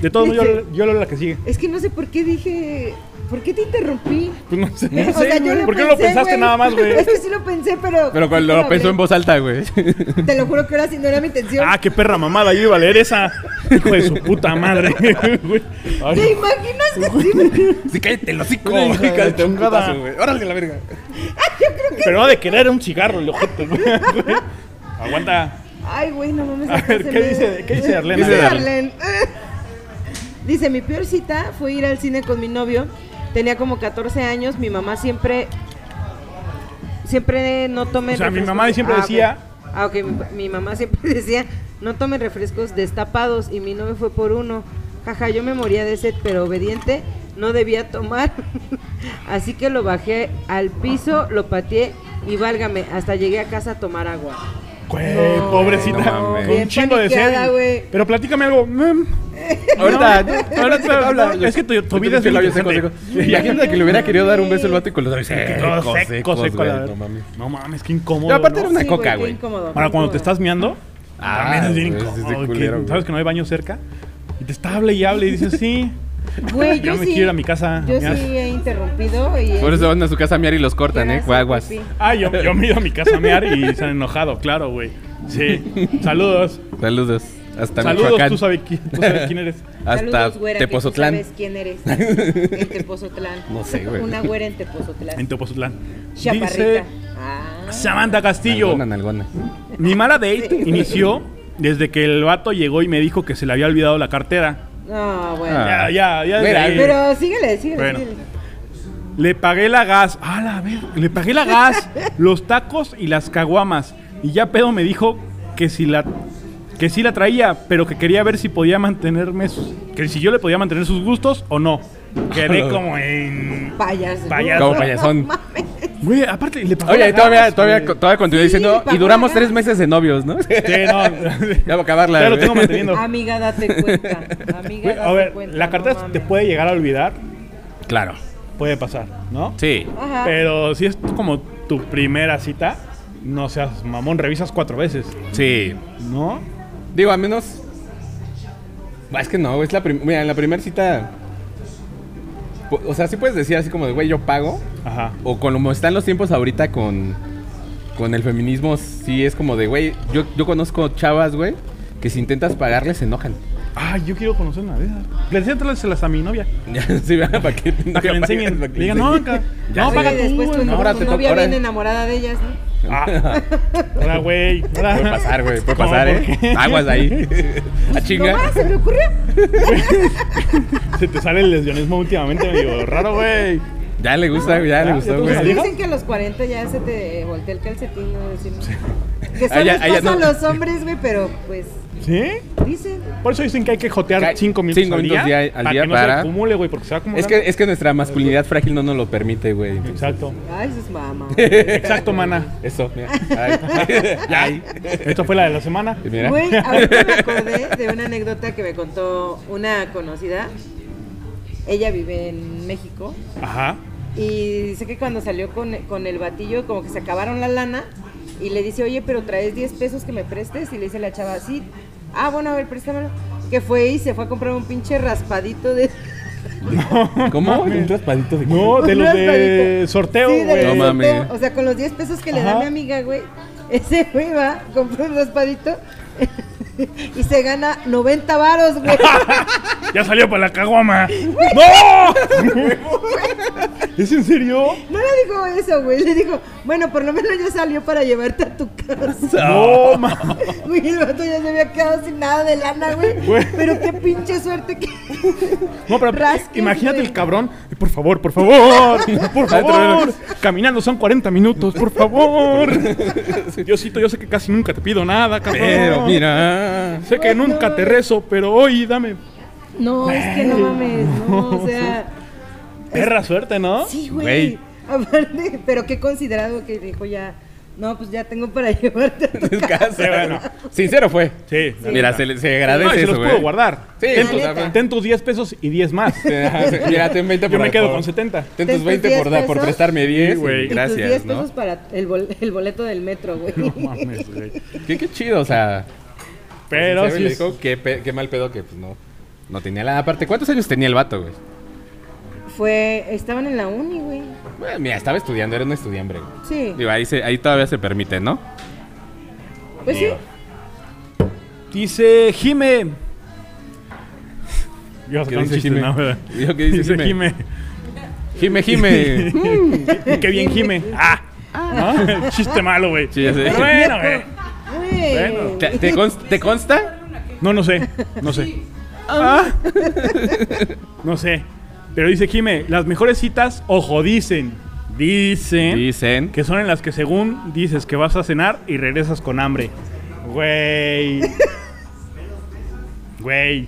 S2: De todos modos,
S4: Dice-
S2: yo, yo leo la que sigue.
S4: Es que no sé por qué dije. ¿Por qué te interrumpí?
S2: Pues no sé.
S4: (laughs) O sea, yo lo
S2: ¿Por qué
S4: pensé,
S2: no lo pensaste
S4: güey. Este
S2: nada
S4: (laughs)
S2: más, güey?
S4: Es que sí lo pensé, pero.
S3: Pero cuando lo pensó en voz alta, güey.
S4: Te lo juro que ahora sí no era mi intención.
S2: Ah, qué perra mamada, yo iba a leer esa. Hijo de su puta madre. (laughs) güey. Ay,
S4: ¿Te imaginas que sí? me-
S3: Sí, cállate el hocico.
S2: Una hija de
S3: Cállate un
S2: chingada.
S3: putazo, güey. Órale, la verga.
S2: Pero no de querer un cigarro, el ojete, güey. (laughs) güey. Aguanta.
S4: Ay, güey, no mames.
S2: A
S4: hasta
S2: ver,
S4: se
S2: ¿qué dice- qué dice Arlene?
S4: Dice
S3: Dice
S4: Arlene. (laughs) Dice, mi peor cita fue ir al cine con mi novio. Tenía como 14 años. Mi mamá siempre... Siempre no tome...
S2: O sea, mi
S4: refrescos-
S2: mamá siempre
S4: ok.
S2: decía-
S4: Ah, ok. Mi, mi mamá siempre (laughs) decía, no tomen refrescos destapados. Y mi novio fue por uno. Jaja, yo me moría de sed, pero obediente. No debía tomar. (laughs) Así que lo bajé al piso, lo pateé y válgame, hasta llegué a casa a tomar agua.
S2: Güey,
S4: No,
S2: pobrecita.
S3: no mames.
S2: con un
S4: Bien
S2: chingo de
S4: paniqueada,
S2: sed.
S4: güey.
S2: Pero platícame algo. Mm.
S3: Ahorita,
S2: No,
S3: ahorita
S2: ahorita
S3: te habla.
S2: Es que tu- tu vida es
S3: Yo
S2: muy
S3: labios secos,
S2: interesante.
S3: secos. Imagínate que le hubiera querido dar un beso al vato y con los labios
S2: Todo
S3: secos,
S2: seco,
S3: secos,
S2: seco.
S3: güey.
S2: la verdad.
S3: No mames.
S2: No mames, qué incómodo.
S3: Y aparte
S2: ¿no?
S3: Una
S4: Sí,
S3: coca,
S4: qué
S3: güey.
S4: incómodo,
S2: Ahora,
S4: qué
S2: cuando
S4: incómodo.
S2: te estás meando,
S3: Ah,
S2: también es bien
S3: güey, es de
S2: incómodo. que
S3: culero, güey.
S2: ¿Sabes que no hay baño cerca? Y te está hable y hable y dices, sí.
S4: Güey, yo
S2: Ya
S4: sí.
S2: me quiero ir a mi casa.
S4: Yo
S2: Ya.
S4: sí he interrumpido y.
S3: Por eso van a su casa a miar y los cortan, ¿eh? Guaguas.
S2: Ah, yo, yo me he ido a mi casa a mear y se han enojado, claro, güey. Sí. Saludos.
S3: Saludos. Hasta
S2: Saludos,
S3: Michoacán.
S2: tú sabes, qui- tú sabes quién eres.
S3: Hasta Tepozotlán.
S4: ¿Sabes
S3: (laughs)
S4: quién eres? En Tepozotlán.
S3: No sé, güey.
S4: Una güera en Tepozotlán.
S2: En Tepozotlán.
S4: Chaparrita.
S2: Dice
S4: Ah.
S2: Samantha Castillo.
S3: Nalgona, nalgona.
S2: Mi mala date inició desde que el vato llegó y me dijo que se le había olvidado la cartera.
S4: No, bueno.
S3: Ah.
S2: Ya, ya, ya.
S3: Mira,
S2: desde ahí.
S4: Pero síguele, síguele.
S2: Bueno.
S4: síguele.
S2: Le pagué la gas. A la ver, le pagué
S4: (laughs)
S2: la gas, los tacos y las caguamas. Y ya pedo me dijo que si la que sí la traía, pero que quería ver si podía mantenerme sus- que si yo le podía mantener sus gustos o no. (laughs) Quedé como en
S4: Payaso.
S2: Payaso.
S3: Como payasón.
S2: Güey, aparte le pagué
S3: Oye,
S2: la
S3: y todavía,
S2: gas,
S3: todavía,
S2: güey.
S3: todavía continúa diciendo.
S4: papá.
S3: Y duramos tres meses de novios, ¿no? (laughs) ya
S2: Sí, no.
S3: va a acabarla.
S2: (laughs) Ya lo
S3: güey. (laughs)
S2: tengo manteniendo.
S4: Amiga, date cuenta.
S2: (laughs)
S4: Amiga,
S2: Güey,
S4: date
S2: a ver,
S4: Ah, cuenta,
S2: la
S4: no
S2: cartera
S4: mames.
S2: te puede llegar a olvidar,
S3: Claro.
S2: puede pasar, ¿no?
S3: Sí.
S4: Ajá.
S2: Pero si es como tu primera cita, no seas mamón, revisas cuatro veces,
S3: Sí.
S2: ¿no?
S3: Digo, a menos. Bah, Es que no, güey, es la prim- Mira, en la primera cita. po- O sea, sí puedes decir así como de, güey, yo pago.
S2: Ajá.
S3: O con como están los tiempos ahorita con, con el feminismo, sí es como de, güey, yo, yo conozco chavas, güey, que si intentas pagarles se enojan. (laughs)
S2: Ay, yo quiero conocer una de esas. Preséntalas a mi novia.
S3: (laughs) sí, ¿verdad? Para que,
S2: Para que le enseñen.
S3: para que le
S2: Digan, no,
S3: enseñen. (laughs)
S2: acá.
S3: Ya
S2: No,
S3: sé.
S2: paga
S4: Y después
S2: tú.
S4: tu,
S2: ¿no?
S3: Ahora
S4: tu
S3: te toca-
S4: novia
S3: ahora-
S4: viene enamorada de ellas, ¿no?
S2: Ah. Hola, güey. Hola. (laughs)
S3: Puede pasar, güey, puede
S2: No,
S3: pasar,
S2: ¿por
S3: ¿eh?
S2: qué?
S3: (laughs) Aguas
S2: (laughs)
S3: ahí. A chinga.
S4: Nomás ah, se me ocurrió.
S2: Se te sale el lesbianismo últimamente, digo, raro, güey.
S3: Ya le gusta, ya le
S2: Ya,
S3: gustó,
S2: ya
S3: güey.
S2: todos salieron.
S4: Dicen que a los 40 ya se te voltea el calcetín, no decimos. Que
S3: Ah,
S4: solo
S3: ya-
S4: les
S3: ah, ya
S4: pasa a
S3: no.
S4: los hombres, güey, pero pues
S2: ¿Sí?
S4: dicen.
S2: Por eso dicen que hay que jotear
S3: Ca-
S2: 5 minutos,
S3: cinco
S2: al día.
S3: minutos día- al
S2: para
S3: día
S2: que no
S3: para-
S2: se acumule, güey, porque se va acumulando.
S3: Es que, es que nuestra masculinidad frágil no nos lo permite, güey. entonces,
S2: Exacto.
S4: Ay,
S3: (laughs)
S4: sus mamás.
S2: Exacto, mana.
S3: Eso, mira. Ay.
S2: (laughs)
S3: Ay.
S2: Esta fue la de la semana.
S3: Y Mira.
S4: Güey, ahorita me acordé de una anécdota que me contó una conocida. Ella vive en México
S2: Ajá.
S4: y dice que cuando salió con, con el batillo, como que se acabaron la lana y le dice, oye, pero traes 10 pesos que me prestes. Y le dice la chava, sí. Ah, bueno, a ver, préstamelo. Que fue y se fue a comprar un pinche raspadito de.
S3: ¿Cómo? Un raspadito de
S2: No, de
S4: Un
S2: los de
S4: raspadito.
S2: sorteo,
S4: Sí, de
S2: güey.
S4: los
S3: No
S4: de
S3: mames.
S4: sorteo. O sea, con los 10 pesos que le da
S2: Ajá.
S4: mi amiga, güey. Ese güey va, compró un raspadito (laughs) y se gana 90 varos,
S2: (laughs)
S4: güey.
S2: Ya salió para la caguama. ¡No! (laughs) ¿Es en serio?
S4: No le dijo eso, güey. Le dijo, bueno, por lo menos ya salió para llevarte a tu casa. (laughs)
S2: No, ma.
S4: Güey, el vato ya se había quedado sin nada de lana, güey.
S2: Güey.
S4: Pero qué pinche suerte que.
S2: No, pero
S4: Rasques,
S2: imagínate
S4: güey.
S2: el cabrón. Por favor, por favor, (laughs) por favor. Caminando son 40 minutos, por favor. (laughs) Diosito, yo sé que casi nunca te pido nada, cabrón.
S3: Pero
S2: (laughs)
S3: mira.
S2: Sé que nunca te rezo, pero hoy dame.
S4: (laughs) No, es que no mames, no. O sea,
S2: Perra suerte, ¿no?
S4: sí, güey.
S3: Güey.
S4: Aparte, pero qué considerado que dijo ya. No, pues ya tengo para (laughs) llevarte a tu casa.
S3: Casa.
S2: Sí, bueno.
S3: Sincero fue.
S2: Sí.
S3: Mira, se, le- se
S2: No, y
S3: agradece
S2: se
S3: eso,
S2: los
S3: güey.
S2: puedo guardar.
S3: Sí,
S2: ten,
S4: la
S3: pues,
S4: neta.
S3: dame.
S2: ten tus 10 pesos y 10 más.
S3: Ajá, sí, Mira, ten 20
S2: Yo
S3: por
S2: me quedo
S3: por-
S2: con 70.
S3: Ten
S4: Ten
S3: tus
S4: tus
S3: 20 por,
S4: 10
S3: dar- por
S4: pesos.
S3: prestarme 10.
S2: Sí, güey.
S3: y
S4: Y tus
S3: gracias,
S4: 10
S3: ¿no?
S4: pesos para el, bol- (laughs) el boleto del metro, güey.
S2: No mames, güey.
S3: Qué, qué chido, o sea.
S2: Pero
S3: sincero, y
S2: sí.
S3: le
S2: es-
S3: dijo, qué, pe- qué mal pedo que pues no. No tenía la aparte. ¿Cuántos años tenía el vato, güey?
S4: Fue, estaban en la uni, güey.
S3: Bueno, mira, estaba estudiando, era un estudiambre, güey.
S4: Sí.
S3: Digo, ahí, se- ahí todavía se permite, ¿no?
S4: Pues sí.
S2: Dice Jime. Yo
S3: ¿Qué dice Jime? Dijo, ¿qué dice
S2: dice
S3: Jime? Jime,
S2: Jime. (laughs)
S3: Jime.
S2: Qué bien Jime. Ah. ¿No? Chiste malo, güey.
S3: Sí, ya sé.
S2: Pero bueno, eh, güey.
S4: Güey.
S2: Bueno.
S3: eh. ¿Te, te cons- te consta?
S2: No, no sé. No sé. Ah. (laughs) No sé. Pero dice Jime, las mejores citas, ojo, dicen. Dicen.
S3: Dicen.
S2: Que son en las que según dices que vas a cenar y regresas con hambre.
S3: (laughs)
S2: Güey. Güey.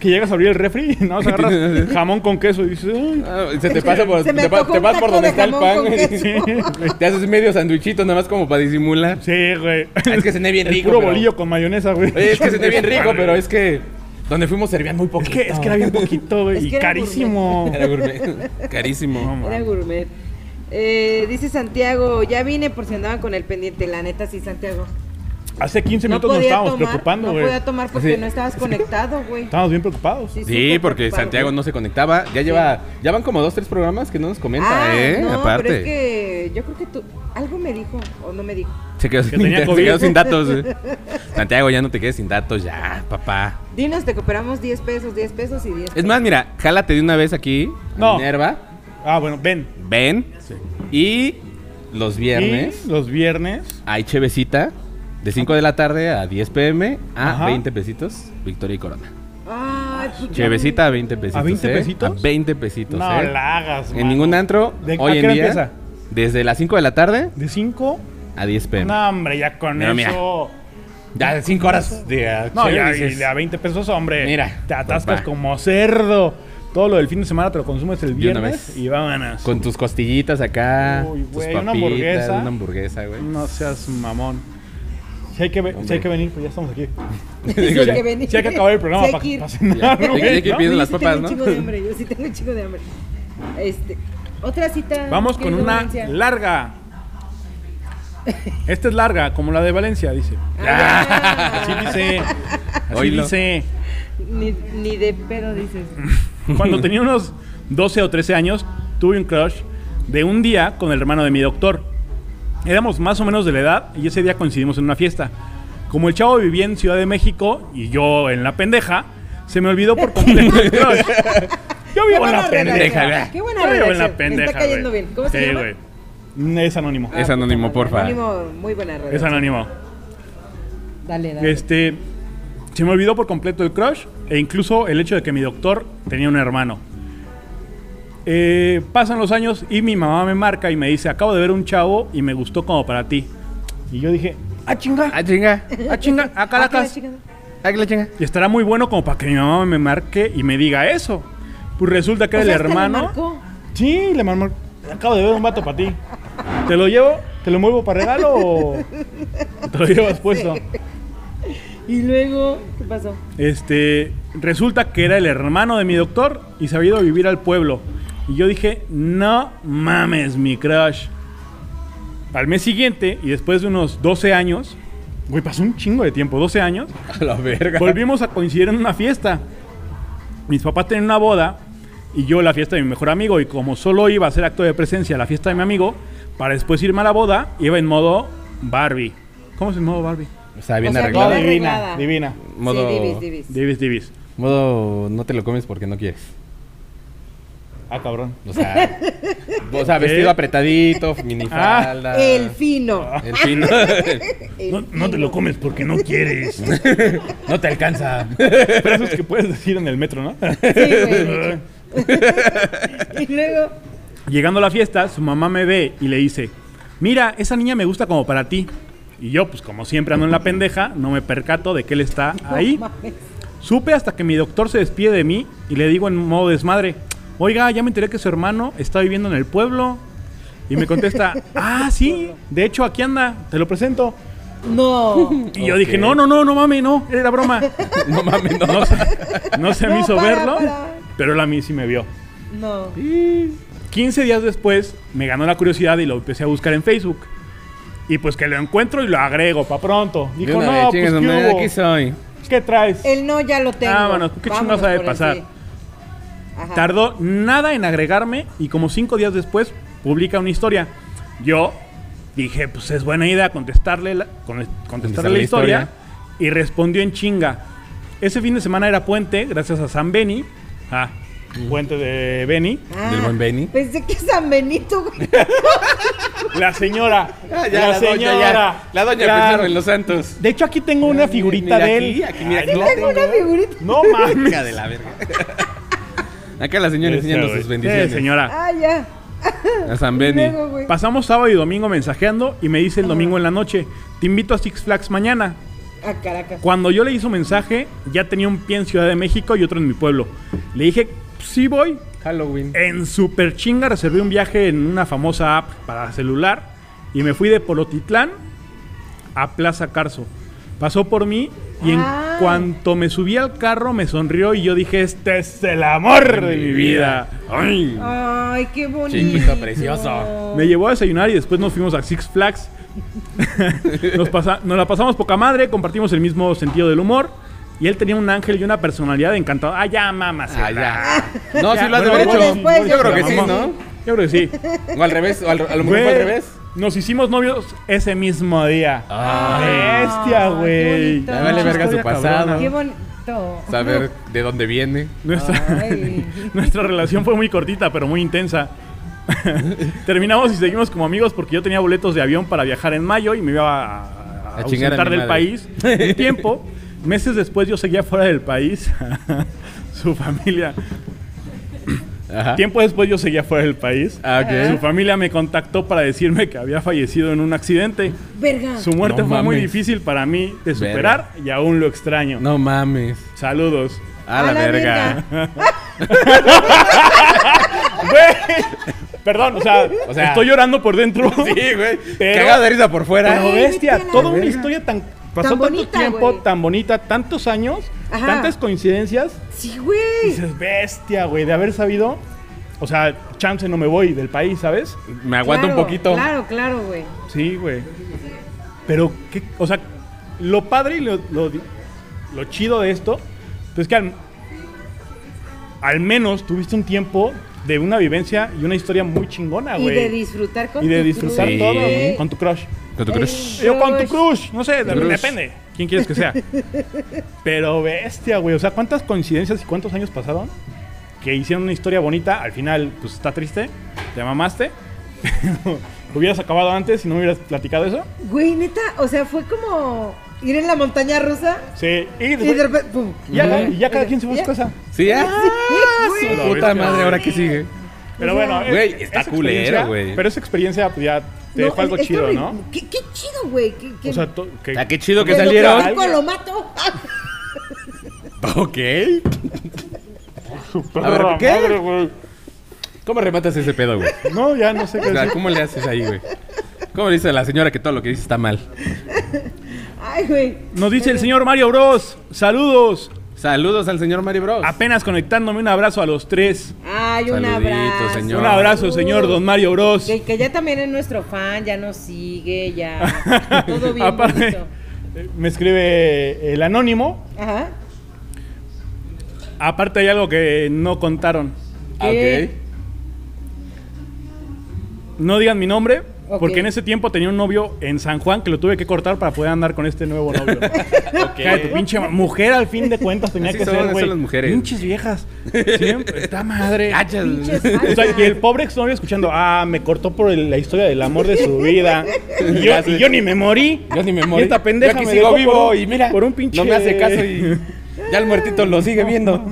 S2: Que llegas a abrir el refri y nada
S3: (laughs)
S2: más agarras jamón con queso y dices, "Ay,
S3: Ah, se te pasa por,
S4: Se me
S3: te, pa-
S4: antojó
S3: te
S4: un
S3: vas por
S4: taco
S3: donde
S4: de
S3: está el
S4: jamón
S3: pan,
S4: con
S3: güey.
S4: queso.
S2: Sí, (laughs) güey.
S3: Te haces medio sandwichito nada más como para disimular.
S2: Sí, güey.
S3: Ah, Es que cené bien
S2: El
S3: rico.
S2: puro
S3: pero-
S2: bolillo con mayonesa, güey.
S3: Oye, es que cené bien
S2: (laughs)
S3: rico, pero es que donde fuimos servían muy
S2: Es
S3: poquito.
S2: que, es que era bien poquito,
S4: Es
S2: güey.
S4: que
S2: Y
S4: era
S2: carísimo.
S3: Era
S2: (laughs)
S3: gourmet.
S2: No,
S3: Carísimo.
S4: (laughs)
S2: mames.
S4: Era gourmet. Eh, dice Santiago, ya vine por si andaban con el pendiente. La neta, sí, Santiago.
S2: Hace 15 minutos nos
S4: podía
S2: estábamos
S4: tomar,
S2: preocupando,
S4: No
S2: güey.
S4: podía tomar porque
S3: Sí.
S4: no estabas conectado, güey.
S2: Estábamos bien preocupados.
S4: Sí,
S3: Sí,
S4: súper
S3: porque
S4: preocupado.
S3: Santiago no se conectaba. Ya lleva, ya van como dos, tres programas que no nos comenta,
S4: Ah,
S3: ¿eh?
S4: no,
S3: Aparte.
S4: pero es que yo creo que tú... Algo me dijo o no me dijo.
S3: Se quedó,
S2: Que
S3: sin,
S2: tenía
S3: inter- (laughs) se
S2: COVID.
S3: quedó sin datos. eh. Santiago, ya no te quedes sin datos, ya, papá.
S4: Dinos, te cooperamos 10 pesos, 10 pesos y 10
S3: Es más, mira, jálate de una vez aquí. a
S2: No.
S3: Minerva,
S2: Ah, bueno, ven.
S3: ven. Y los viernes
S2: Y los viernes.
S3: hay chevecita de 5 de la tarde a 10 pm a
S2: Ajá.
S3: 20 pesitos, Victoria y Corona.
S4: Ay, pucha.
S3: Chevecita a 20 pesitos.
S2: 20
S3: eh,
S2: pesitos?
S3: A 20 pesitos.
S2: No
S3: eh.
S2: la hagas,
S3: En
S2: mano.
S3: ningún antro,
S2: ¿De- a
S3: hoy
S2: qué
S3: en
S2: hora
S3: día,
S2: empieza?
S3: desde las 5 de la tarde
S2: ¿De 5?
S3: a 10 pm.
S2: No, hombre, ya con
S3: Mira, mira.
S2: eso.
S3: Ya de 5 horas de
S2: No, ya y
S3: dices,
S2: de a 20 pesos, hombre.
S3: Mira, pues
S2: Te atascas
S3: papá.
S2: como cerdo. Todo lo del fin de semana te lo consumes el
S3: De una
S2: viernes
S3: vez.
S2: y vámonos.
S3: Con tus costillitas acá,
S2: Uy,
S3: tus
S2: güey,
S3: papitas,
S2: una
S3: una hamburguesa,
S2: hamburguesa.
S3: una hamburguesa
S2: (laughs)
S3: güey. (laughs)
S2: No seas mamón. Si hay que, ve- si
S3: Hombre.
S2: hay que venir, pues ya estamos aquí.
S4: Sí, hay que
S2: Si
S4: venir.
S2: hay que acabar el programa
S4: Sí hay
S2: para
S4: que ir.
S2: cenar,
S3: Ya,
S2: güey,
S3: ya que
S2: ¿no?
S3: pienso
S4: Oye,
S3: las
S4: yo sí tengo
S3: papas,
S4: un
S3: ¿no?
S4: chingo de hambre, yo sí tengo un chico de hambre. Este, otra cita.
S2: Vamos con
S4: querido
S2: una
S4: Valencia.
S2: larga. Esta es larga, como la de Valencia, dice.
S4: Ah, (laughs)
S2: Así dice. Así
S3: Oílo.
S2: dice.
S4: Ni, ni de pedo
S2: (laughs)
S4: dices.
S2: Cuando tenía unos 12 o 13 años, tuve un crush de un día con el hermano de mi doctor. Éramos más o menos de la edad y ese día coincidimos en una fiesta. Como el chavo vivía en Ciudad de México y yo en la pendeja, se me olvidó por completo
S4: (laughs)
S2: el crush. Yo vivo en la
S4: buena
S2: pendeja,
S4: redacción,
S2: ¿verdad?
S4: qué buena
S2: Yo vivo en la
S4: redacción, me
S2: pendeja.
S4: está cayendo
S2: güey.
S4: bien. ¿Cómo se
S2: Sí,
S4: llama?
S2: güey. Mm, Es anónimo.
S3: Es
S4: Ah,
S3: anónimo,
S4: puta madre,
S3: porfa.
S4: Anónimo, muy buena red.
S2: Es anónimo.
S4: Dale, dale. Ah,
S2: Este, se me olvidó por completo el crush e incluso el hecho de que mi doctor tenía un hermano. Eh, pasan los años y mi mamá me marca y me dice, acabo de ver un chavo y me gustó como para ti. Y yo dije, ah chinga,
S3: Ah, chinga,
S2: ah chinga, ah
S4: Ah, que la
S2: caracas.
S4: chica no.
S3: ah, que la
S2: (laughs)
S3: chinga.
S2: Y estará muy bueno como para que mi mamá me marque y me diga eso. Pues resulta que
S4: O
S2: era
S4: sea,
S2: el
S4: hasta le
S2: hermano.
S4: marcó.
S2: Sí, le marmó. Acabo de ver un vato para ti. ¿Te lo llevo? ¿Te lo muevo para regalo o te lo llevas puesto?
S4: Y luego, ¿qué pasó?
S2: Este, resulta que era el hermano de mi doctor y se había ido a vivir al pueblo. Y yo dije, no mames, mi crush. Al mes siguiente, y después de unos 12 años, güey, pasó un chingo de tiempo, 12 (laughs) años,
S3: A la verga.
S2: volvimos a coincidir en una fiesta. Mis papás tenían una boda y yo la fiesta de mi mejor amigo. Y como solo iba a hacer acto de presencia a la fiesta de mi amigo, para después irme a la boda, iba en modo Barbie. ¿Cómo es el modo Barbie?
S3: O sea, bien
S4: O sea,
S3: arreglado.
S4: bien
S2: divina,
S4: arreglada.
S2: divina.
S3: Modo,
S4: Sí, divis, divis.
S2: Divis, divis.
S3: modo, no te lo comes porque no quieres.
S2: Ah, cabrón.
S3: O
S2: (laughs)
S3: sea, o sea vestido apretadito, minifalda.
S2: Ah.
S4: El fino.
S3: El fin.
S2: (laughs)
S4: El
S2: No, no te lo comes porque no quieres.
S3: (laughs) no te alcanza.
S2: Frases que puedes decir en el metro, ¿no?
S4: Sí,
S2: (laughs)
S4: güey. y luego,
S2: Llegando a la fiesta, su mamá me ve y le dice, mira, esa niña me gusta como para ti. Y yo, pues como siempre ando en la pendeja, no me percato de que él está ahí.
S4: no mames.
S2: Supe hasta que mi doctor se despide de mí y le digo en modo desmadre, oiga, ya me enteré que su hermano está viviendo en el pueblo. Y me contesta, ah, sí, de hecho aquí anda, te lo presento.
S4: No.
S2: Y yo
S3: Ok.
S2: dije, no, no, no, no mames, no, era broma.
S3: (laughs) No mames, no.
S2: No, se- no se me
S4: No,
S2: hizo
S4: para,
S2: verlo,
S4: para.
S2: pero él a mí sí me vio.
S4: No.
S2: 15 días después me ganó la curiosidad y lo empecé a buscar en Facebook. Y pues que lo encuentro y lo agrego para pronto.
S3: De
S2: Dijo,
S3: una
S2: no,
S3: vez,
S2: pues
S3: chingas,
S2: ¿qué
S3: madre,
S2: hubo?
S3: aquí soy.
S2: ¿Qué traes?
S4: El no ya lo tengo.
S2: Ah, bueno, ¿qué
S4: Vámonos
S2: chingados ha de
S4: por el
S2: pasar?
S4: sí. Ajá.
S2: Ah. Tardó nada en agregarme y como cinco días después publica una historia. Yo dije, pues es buena idea contestarle la, con- contestarle la
S3: la
S2: historia.
S3: historia.
S2: Y respondió en chinga. Ese fin de semana era puente, gracias a San Beni. Ah, puente de Beni.
S4: Ah,
S3: Del buen Benny.
S4: Pensé que San Benito,
S2: (laughs)
S4: güey.
S2: La señora.
S3: (laughs) Ah,
S2: la, señora.
S3: doña, ya. La doña
S2: Claro.
S3: pensaron en los santos.
S2: De hecho, aquí tengo una
S3: Mira
S2: figurita de
S3: aquí,
S2: él.
S3: aquí, mira, aquí
S2: Ay,
S3: la
S2: no,
S4: Tengo una figurita.
S2: no
S3: (laughs) Hija
S2: mames.
S3: de la verga. (laughs) Acá la señora enseñando sus bendiciones.
S2: Sí, Este Eh, señora.
S4: Ah, ya.
S3: A San
S4: Y
S3: Benny.
S4: luego, güey.
S2: Pasamos sábado y domingo mensajeando y me dice el domingo en la noche, te invito a Six Flags mañana.
S4: A Ah, Caracas.
S2: Cuando yo le hice un mensaje, ya tenía un pie en Ciudad de México y otro en mi pueblo. Le dije, sí voy.
S3: Halloween.
S2: En super chinga reservé un viaje en una famosa app para celular y me fui de Polotitlán a Plaza Carso. Pasó por mí y en
S4: Ah.
S2: cuanto me subí al carro me sonrió y yo dije, este es el amor de mi vida.
S3: Ay.
S4: Ay, qué bonito.
S3: Chiquito precioso.
S2: Me llevó a desayunar y después nos fuimos a Six Flags. (laughs) Nos, pasa- nos la pasamos poca madre, compartimos el mismo sentido del humor. Y él tenía un ángel y una personalidad encantadora. Ah, ya, mamas.
S3: Ah, ya. No,
S2: Ya,
S3: sí lo has de
S2: bueno,
S3: haber
S4: bueno,
S3: hecho.
S4: después,
S3: yo
S4: yo
S3: creo que
S4: creo.
S3: sí, ¿no?
S2: Yo creo que sí.
S3: O al revés, o al- a lo mejor
S2: Güey,
S3: fue al revés.
S2: Nos hicimos novios ese mismo día.
S4: Ah.
S2: Bestia,
S4: Ah, qué
S2: güey.
S4: bonito.
S3: Ya vale verga su
S2: Historia
S3: pasado.
S4: Qué bonito.
S3: Saber de dónde viene.
S2: Nuestra,
S4: Ay.
S2: (laughs) nuestra relación fue muy cortita, pero muy intensa. (laughs) Terminamos y seguimos como amigos porque yo tenía boletos de avión para viajar en mayo y me iba a, a,
S3: A chingar a
S2: ausentar
S3: mi madre.
S2: del país. Un tiempo, meses después yo seguía fuera del país. (laughs) Su familia.
S3: Ajá.
S2: Tiempo después yo seguía fuera del país.
S3: Ah, ok.
S2: Su familia me contactó para decirme que había fallecido en un accidente.
S4: Verga.
S2: Su muerte
S3: No
S2: fue muy
S3: mames.
S2: difícil para mí de
S3: Verga.
S2: superar y aún lo extraño.
S3: No mames.
S2: Saludos.
S3: A la, verga.
S2: Güey, Perdón, o sea,
S3: O sea-
S2: estoy llorando por dentro.
S3: (laughs) Sí, güey.
S2: Pero-
S3: Cagado de risa por fuera.
S2: Pero bestia,
S4: Vete a la
S2: toda una
S4: verga.
S2: historia tan pasó tanto
S4: bonita,
S2: tiempo,
S4: güey.
S2: tan bonita, tantos años,
S4: Ajá.
S2: tantas coincidencias.
S4: Sí, güey.
S2: Dices, bestia, güey, de haber sabido. O sea, chance no me voy del país, ¿sabes?
S3: ¿eh? Me aguanto
S4: Claro,
S3: un poquito.
S4: Claro, claro, güey.
S2: Sí, güey. Pero, ¿qué? o sea, lo padre y lo, lo, lo chido de esto, pues que al, al menos tuviste un tiempo de una vivencia y una historia muy chingona,
S4: Y de
S2: Ah, güey.
S4: disfrutar con
S2: Y de
S4: tu
S2: disfrutar
S4: cruz,
S2: todo
S4: güey.
S2: con tu crush.
S3: ¿Con tu crush?
S2: Yo con tu
S4: Crush.
S2: crush, no sé, de-
S3: Crush.
S2: depende. ¿Quién quieres
S4: (laughs)
S2: que sea? Pero bestia, güey. O sea, ¿cuántas coincidencias y cuántos años pasaron que hicieron una historia bonita? Al final, pues está triste, te mamaste. (laughs) hubieras acabado antes y no me hubieras platicado eso.
S4: Güey, neta, o sea, fue como ir en la montaña rusa
S2: Sí, y,
S4: y de repente. ¡Pum!
S2: y ya,
S3: Ujú.
S2: y ya cada quien se fue a
S4: Ya.
S2: su casa.
S3: Sí,
S4: Ah, Sí,
S3: ya.
S4: güey.
S2: la
S3: Puta
S2: bestia.
S3: madre, ahora que sigue.
S2: Pero bueno, es-
S3: Güey, está
S2: esa
S3: culero,
S2: experiencia-
S3: güey.
S2: Pero esa experiencia pues, ya te
S4: No,
S2: dejó algo
S4: es- está
S2: chido,
S4: horrible.
S2: ¿no?
S4: Qué, qué chido, güey. Qué, qué-
S2: O sea, to- que-
S3: Ah, qué chido que
S4: de lo
S3: salieron.
S4: critico lo mato. (laughs)
S3: Ok.
S2: super
S3: A ver, ¿qué?
S2: madre, güey.
S3: ¿Cómo rematas ese pedo, güey?
S2: No, ya no sé qué
S3: O sea,
S2: decir.
S3: ¿cómo le haces ahí, güey? ¿Cómo le dice a la señora que todo lo que dice está mal?
S4: Ay, güey.
S2: Nos dice el señor Mario Bros. Saludos.
S3: Saludos al señor Mario Bros.
S2: Apenas conectándome, un abrazo a los tres.
S4: Ay, un
S3: Saludito,
S4: abrazo.
S3: señor.
S2: Un abrazo, señor Don Mario Bros.
S4: Que, que ya también es nuestro fan, ya nos sigue,
S2: (laughs)
S4: ya. Todo bien.
S2: Aparte,
S4: bonito.
S2: eh, me escribe el anónimo. (laughs)
S4: Ajá.
S2: Aparte hay algo que no contaron.
S3: Ah, ok.
S2: No digan mi nombre,
S4: Ok.
S2: porque en ese tiempo tenía un novio en San Juan que lo tuve que cortar para poder andar con este
S3: (laughs)
S2: nuevo novio. Cállate, pinche ma- mujer al fin de cuentas tenía
S3: Así
S2: que
S3: son,
S2: ser,
S3: así
S2: güey.
S3: son las mujeres.
S2: Pinches viejas.
S3: (laughs)
S2: Siempre, está madre.
S3: Gachas.
S4: Pinches
S2: O sea, y el pobre exnovio escuchando, ah, me cortó por el- la historia del amor de su
S3: (laughs)
S2: vida. Y yo,
S3: Ya sé.
S2: y yo ni me morí.
S3: (laughs) Yo ni me
S2: Y
S3: morí.
S2: esta pendeja
S3: Yo aquí
S2: me
S3: sigo
S2: dejó
S3: vivo
S2: por un-
S3: y mira,
S2: por un pinche-
S3: no me hace caso
S2: (laughs)
S3: y ya el muertito lo sigue viendo.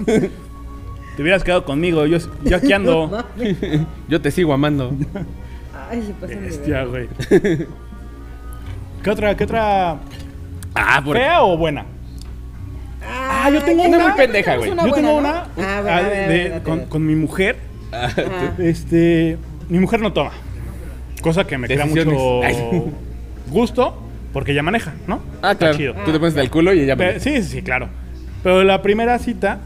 S2: Te hubieras quedado conmigo, yo, yo
S4: (laughs)
S2: aquí ando.
S3: Yo te sigo amando.
S4: Ay, se pasa de
S2: Bestia,
S4: verga.
S2: güey. ¿Qué otra, qué otra?
S3: Ah, por
S2: ¿Fea o buena?
S4: Ah,
S2: yo tengo
S3: una
S4: ya
S3: muy
S4: tenemos
S3: pendeja, güey.
S2: yo
S4: buena,
S2: tengo
S4: ¿no?
S2: una
S4: Ah, bueno,
S2: ah,
S4: a ver, a
S2: de-
S4: ver, Ah. date,
S2: con,
S4: date.
S2: con mi mujer.
S4: Ajá.
S2: Este, mi mujer no toma. Cosa que me crea
S3: Decisiones.
S2: mucho
S3: Ay.
S2: gusto porque ella maneja, ¿no?
S3: Ah,
S2: Está
S3: claro.
S2: chido.
S3: Tú te pones del culo y ella.
S2: Pero- sí, sí, sí, claro. Pero la primera cita,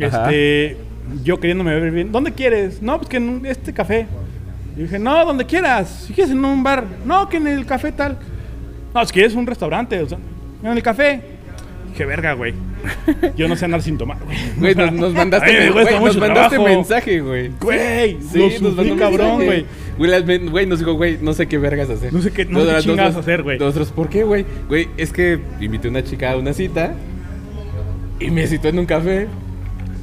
S3: Ajá.
S2: este, yo queriéndome ver bien, ¿dónde quieres? No, pues que en un- este café. Y dije, no, donde quieras. Si quieres en un bar, no, que en el café tal. No, si quieres un restaurante, o sea, en el café. Dije, verga, güey. Yo no sé andar sin tomar,
S3: (laughs)
S2: güey.
S3: Güey, nos,
S2: (laughs)
S3: nos mandaste,
S2: Ay, me
S3: güey,
S2: cuesta
S3: nos
S2: mucho
S3: mandaste
S2: trabajo.
S3: mensaje, güey.
S2: Güey,
S3: Sí,
S2: lo sufrí,
S3: un
S2: cabrón,
S3: mensaje.
S2: güey.
S3: Güey, las men- Güey, nos dijo, güey, no sé qué vergas hacer.
S2: No sé qué- no sé qué
S3: Nosotros-
S2: chingados
S3: nosotros-
S2: hacer, güey.
S3: Nosotros, ¿por qué, güey? Güey, es que invité a una chica a una cita y me citó en un café.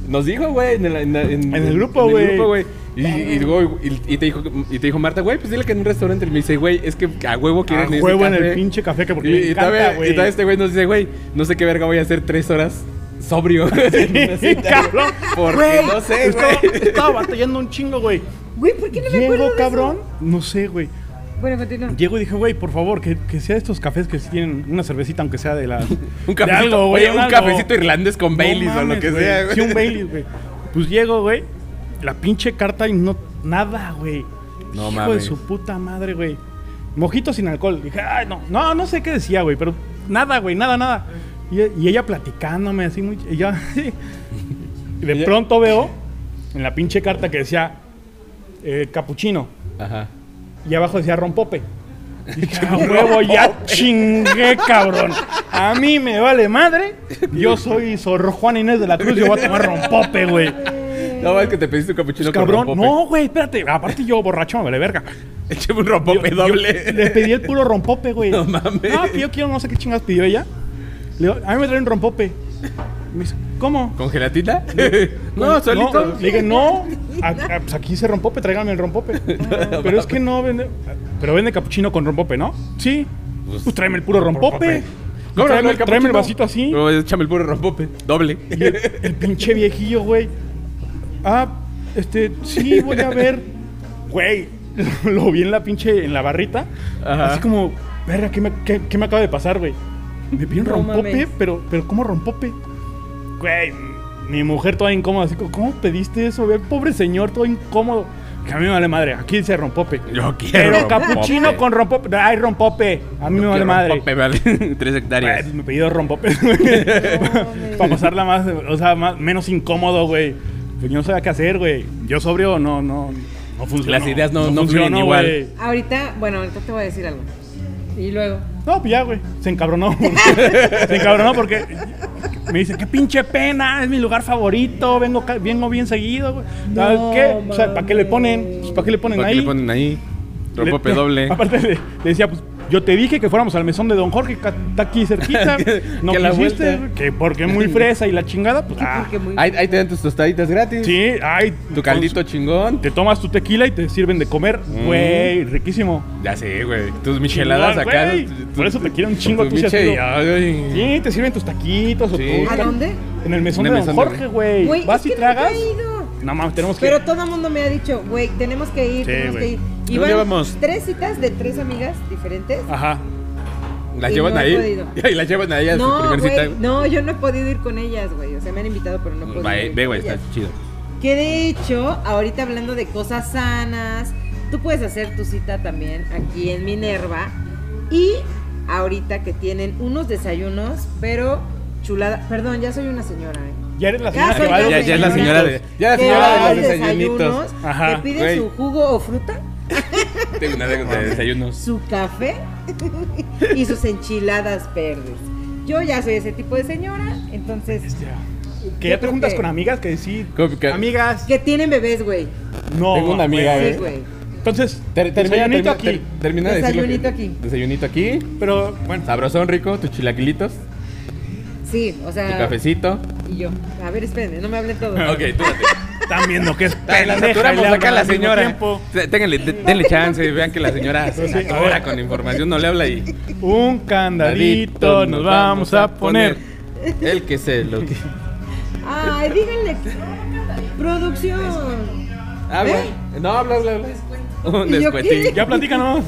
S3: Nos dijo, güey, en el, en- en-
S2: En el grupo,
S3: en
S2: güey.
S3: güey. Y, y digo, y- y te dijo, y te dijo Marta, güey, pues dile que en un restaurante. Y me dice, güey, es que a huevo
S2: A
S3: quieren ir a ese
S2: huevo en el
S3: café.
S2: pinche café que porque
S3: Y,
S2: me
S3: y
S2: encanta,
S3: todavía, y
S2: güey.
S3: todavía este güey nos dice, güey, no sé qué verga voy a hacer tres horas sobrio. (laughs)
S2: (laughs)
S3: en una
S2: Sí,
S3: cita, güey.
S2: cabrón.
S3: Porque
S2: Güey,
S3: no sé,
S2: estaba-
S3: güey.
S2: Estaba batallando un chingo, güey.
S4: Güey, ¿por qué no me acuerdo
S2: Llego,
S4: de
S2: cabrón. No sé, güey.
S4: eso? Bueno, continúa.
S2: Llego y dije, güey, por favor, que, que sea de estos cafés que sí tienen una cervecita, aunque sea de
S3: (laughs)
S2: la.
S3: Un
S2: de
S3: cafecito,
S2: algo, güey,
S3: oye, un
S2: algo.
S3: cafecito irlandés con
S2: No
S3: Baileys o lo
S2: mames,
S3: que
S2: güey.
S3: sea, güey.
S2: Sí, un Baileys, güey. Pues llego, güey. La pinche carta y no. Nada, güey.
S3: No
S2: Hijo de
S3: mames.
S2: su puta madre, güey. Mojito sin alcohol. Dije, ay, no. No, no sé qué decía, güey, pero nada, güey, nada, nada. Y, y ella platicándome así, muy. Y
S3: (laughs)
S2: yo, así. Y de
S3: Ella-
S2: pronto veo en la pinche carta que decía eh, capuchino
S3: Ajá. (laughs)
S2: y abajo decía rompope. Dije, "A huevo, ya chingué, cabrón. A mí me
S3: (laughs)
S2: vale madre. Yo soy Sor Juan Inés de la Cruz. Yo voy a tomar
S3: (laughs)
S2: rompope, güey.
S3: No, es que te pediste un capuchino
S2: Pues, cabrón,
S3: con rompope. (laughs)
S2: no, güey, espérate. Aparte yo borracho me vale verga.
S3: Écheme un rompope
S2: Yo-
S3: (laughs) doble.
S2: yo le pedí el puro rompope, güey.
S3: No mames.
S2: No, que yo quiero, no sé qué chingas pidió ella. Le digo, a mí me traen un rompope. Me dice, ¿cómo?
S3: (laughs) ¿Con gelatina? (laughs) no, solito.
S2: No, le dije, no, a- a- pues aquí dice rompope, tráigame el rompope. Pero es que no vende. Pero vende capuchino con rompope, ¿no? Sí. Pues, tráeme el puro rompope.
S3: ¿Cómo no,
S2: tráeme,
S3: no,
S2: el tráeme
S3: capuchino?
S2: el vasito así.
S3: No, échame el puro rompope.
S2: (laughs)
S3: Doble.
S2: Y el, el pinche viejillo, güey. Ah, este, sí, voy a ver. Güey, (laughs) lo vi en la pinche, en la barrita.
S3: Ajá.
S2: Así como, verga, ¿qué me, qué- qué me acaba de pasar, güey? Me pidió un
S4: No
S2: rompope,
S4: mames.
S2: pero, pero ¿cómo rompope? Güey, mi mujer toda incómoda, así como, ¿cómo pediste eso, güey? Pobre señor, todo incómodo. Que a mí me vale madre, aquí dice rompope.
S3: Yo quiero
S2: Pero
S3: rompope.
S2: capuchino con rompope. Ay, rompope. A mí me vale madre.
S3: Rompope, vale. (laughs) Tres
S2: Ay,
S3: hectáreas.
S2: pues me pedí dos (laughs) rompopes, güey. Para pasarla más, o sea, más, menos incómodo, güey. Pues yo no sabía qué hacer, güey. Yo sobrio no, no, no funciona.
S3: Las ideas no- no fluyen igual.
S4: Ahorita, bueno, ahorita te voy a decir algo. Y luego.
S2: No, pues ya, güey. Se encabronó. (laughs) se encabronó porque me dice, qué pinche pena, es mi lugar favorito, vengo, ca- vengo bien seguido, güey. ¿Sabes
S4: No,
S2: qué? O sea, ¿para qué le
S4: mames.
S2: ponen? Pues, ¿Para qué le ponen
S3: ¿Para qué
S2: ahí?
S3: le ponen ahí?
S2: Le- Ah,
S3: Rompope
S2: (laughs)
S3: doble.
S2: Aparte le, le decía, pues yo te dije que fuéramos al mesón de Don Jorge, que está aquí cerquita.
S3: (laughs)
S2: no
S3: Que a la
S2: quisiste,
S3: vuelta.
S2: que porque muy fresa y la chingada, pues ah,
S4: Porque pues. muy-
S3: Ahí, ahí te dan tus tostaditas gratis.
S2: Sí, ay.
S3: Tu caldito Mm. chingón.
S2: Te tomas tu tequila y te sirven de comer. Güey, riquísimo.
S3: Ya sé, güey. Tus micheladas
S2: Chingón,
S3: acá.
S2: güey.
S3: tu- tu-
S2: Por eso te quiero un chingo a
S3: tu
S2: ti,
S3: miche-
S2: Chatilo.
S3: ay,
S2: Sí, te sirven tus taquitos o
S3: Sí.
S2: tus-
S4: ¿A dónde?
S2: En el mesón de
S3: En el
S2: Don
S3: mesón de-
S2: Jorge, güey.
S4: Güey,
S2: Vas
S4: es
S2: y
S4: que nunca
S2: tragas.
S4: he ido.
S2: No mames, tenemos que.
S4: Pero todo el mundo me ha dicho, güey, tenemos que ir,
S2: Sí,
S4: tenemos
S2: güey.
S4: que ir.
S3: ¿Dónde
S4: Y van
S3: vamos?
S4: tres citas de tres amigas diferentes.
S2: Ajá.
S3: La
S4: Y
S3: llevan
S4: no he
S3: (laughs) ahí.
S4: podido.
S3: Y la llevan ahí a su
S4: No,
S3: primer cita.
S4: güey, no, yo no he podido ir con ellas, güey. O sea, me han invitado, pero no he
S2: Pues
S4: podido.
S3: Va,
S4: ir
S3: Ve,
S4: con
S3: güey, está
S4: ellas.
S3: chido.
S4: Que de hecho, ahorita hablando de cosas sanas, tú puedes hacer tu cita también aquí en Minerva. Y ahorita que tienen unos desayunos, pero chulada. Perdón, ya soy una señora, ¿eh?
S2: Ah, Ya eres la
S4: Ya
S2: señora que
S4: soy
S2: va a
S4: yo,
S2: los
S3: Ya, ya es la
S2: desayunitos.
S3: señora de. Ya la
S4: Que
S3: señora de
S4: hay
S3: los desayunitos.
S4: desayunos,
S2: Ajá,
S4: te piden
S3: güey.
S4: su jugo o fruta,
S3: Tengo una de de desayunos.
S4: su café (laughs) y sus enchiladas verdes. Yo ya soy ese tipo de señora, entonces...
S2: Hostia. Que
S4: Yo
S2: ya te
S4: creo
S2: juntas
S4: que-
S2: con amigas que sí.
S3: Como que-
S2: Amigas.
S4: Que tienen bebés, güey.
S2: No.
S3: Tengo una amiga,
S2: güey.
S4: Sí, güey.
S2: Entonces,
S3: Ter- termina,
S2: desayunito
S3: termina,
S2: aquí.
S3: ter- termina de decir lo que-
S4: Desayunito aquí.
S3: Desayunito aquí.
S2: Pero bueno.
S3: Sabrosón rico, tus chilaquilitos,
S4: Sí, o sea...
S3: tu cafecito.
S4: Y yo. A ver, espérenme, no me hablen todos.
S3: (laughs) Ok, tú date.
S2: Están viendo que es (laughs)
S3: Dale, La
S2: pendeja y
S3: saturamos
S2: le hablan
S3: acá a la
S2: al mismo
S3: señora.
S2: tiempo.
S3: T- Ténganle, de- denle chance, vean que la señora se
S2: Sí, a
S3: satura
S2: ver.
S3: con información, no le habla y.
S2: Un candadito nos vamos a poner. ¿Eh?
S3: El que se lo.
S4: Ay, díganle. Producción.
S3: Habla.
S4: ¿Eh?
S3: Ah, No, habla, habla, habla. Un
S4: ¿Y yo
S3: descuetín.
S4: qué?
S2: Ya platícanos.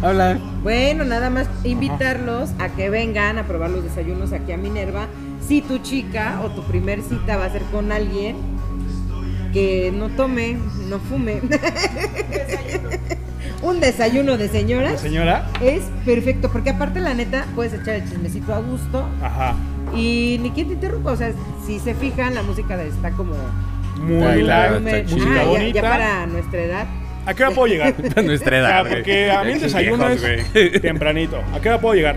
S3: Habla.
S4: Bueno, nada más invitarlos a que vengan a probar los desayunos aquí a Minerva. Si tu chica o tu primer cita va a ser con alguien que no tome, no fume. (laughs) Un desayuno de señoras
S2: Señora.
S4: es perfecto, porque aparte la neta puedes echar el chismecito a gusto
S2: Ajá.
S4: y ni quien te interrumpa. O sea, si se fijan, la música está como...
S2: Muy
S3: Ay, la-
S2: larga.
S4: volumen.
S3: está chida.
S4: Ah, ya-
S2: Bonita.
S4: ya para nuestra edad.
S2: ¿A qué hora puedo
S3: (laughs)
S2: llegar?
S3: A nuestra edad,
S2: O sea,
S3: güey.
S2: porque a mí el
S3: Ya
S2: desayuno
S3: viejos,
S2: es
S3: güey.
S2: tempranito. ¿A qué hora puedo llegar?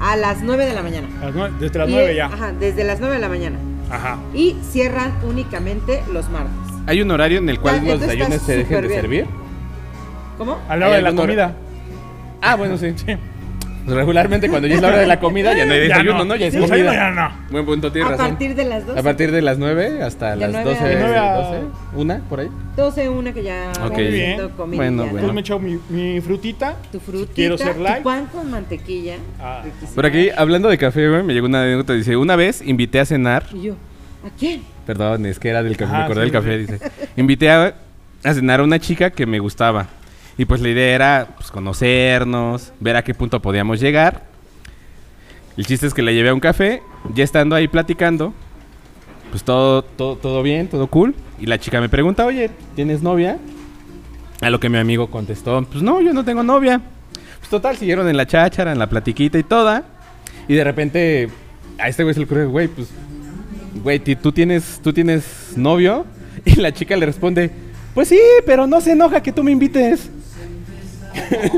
S4: A las 9 de la mañana.
S2: A las nueve- desde las
S4: Y-
S2: 9 ya.
S4: Ajá, desde las 9 de la mañana.
S2: Ajá.
S4: Y cierran únicamente los martes.
S3: Hay un horario en el cual
S4: Ya,
S3: los
S4: tú estás
S3: desayunos se dejen de
S4: súper bien.
S3: servir.
S4: ¿Cómo?
S2: Al lado
S3: ¿Hay
S2: de la
S3: algún hora-
S2: comida.
S3: Ah, bueno, sí. Pues Regularmente cuando ya es la hora de la comida ya no hay
S2: Ya
S3: desayuno,
S2: no.
S3: ¿no? Ya es
S2: Desayuno
S3: comida.
S2: ya no.
S3: Buen punto,
S4: A
S3: tienes razón.
S4: partir de las 12.
S3: A partir de las 9 hasta
S4: De
S3: las
S4: nueve
S3: 12,
S4: a-
S2: De nueve a-
S3: 12, una por ahí.
S4: 12, una que ya
S3: Ok.
S4: viene
S3: Muy
S2: bien.
S4: siendo comida
S3: Bueno,
S4: ya, ¿no?
S3: bueno.
S2: Entonces me echo mi, mi frutita.
S4: Tu
S2: si
S4: frutita,
S2: Quiero ser
S4: tu
S2: light.
S4: pan con mantequilla.
S2: Ah.
S4: riquísimo.
S3: Por aquí, hablando de café, güey, me llegó una anécdota. Dice, una vez invité a cenar.
S4: Y yo, ¿a quién?
S3: Perdón, es que era del café,
S2: Ajá,
S3: me acordé
S2: sí,
S3: del café,
S2: sí.
S3: dice. Invité a, a cenar a una chica que me gustaba. Y pues la idea era pues, conocernos, ver a qué punto podíamos llegar. El chiste es que la llevé a un café, ya estando ahí platicando, pues todo, todo, todo bien, todo cool. Y la chica me pregunta, oye, ¿tienes novia? A lo que mi amigo contestó, pues no, yo no tengo novia. Pues total, siguieron en la cháchara, en la platiquita y toda. Y de repente, a este güey se le ocurre, güey, pues, güey, ti- ¿tú tienes, ¿tú tienes (laughs) novio? Y la chica le responde, pues sí, pero no se enoja que tú me invites.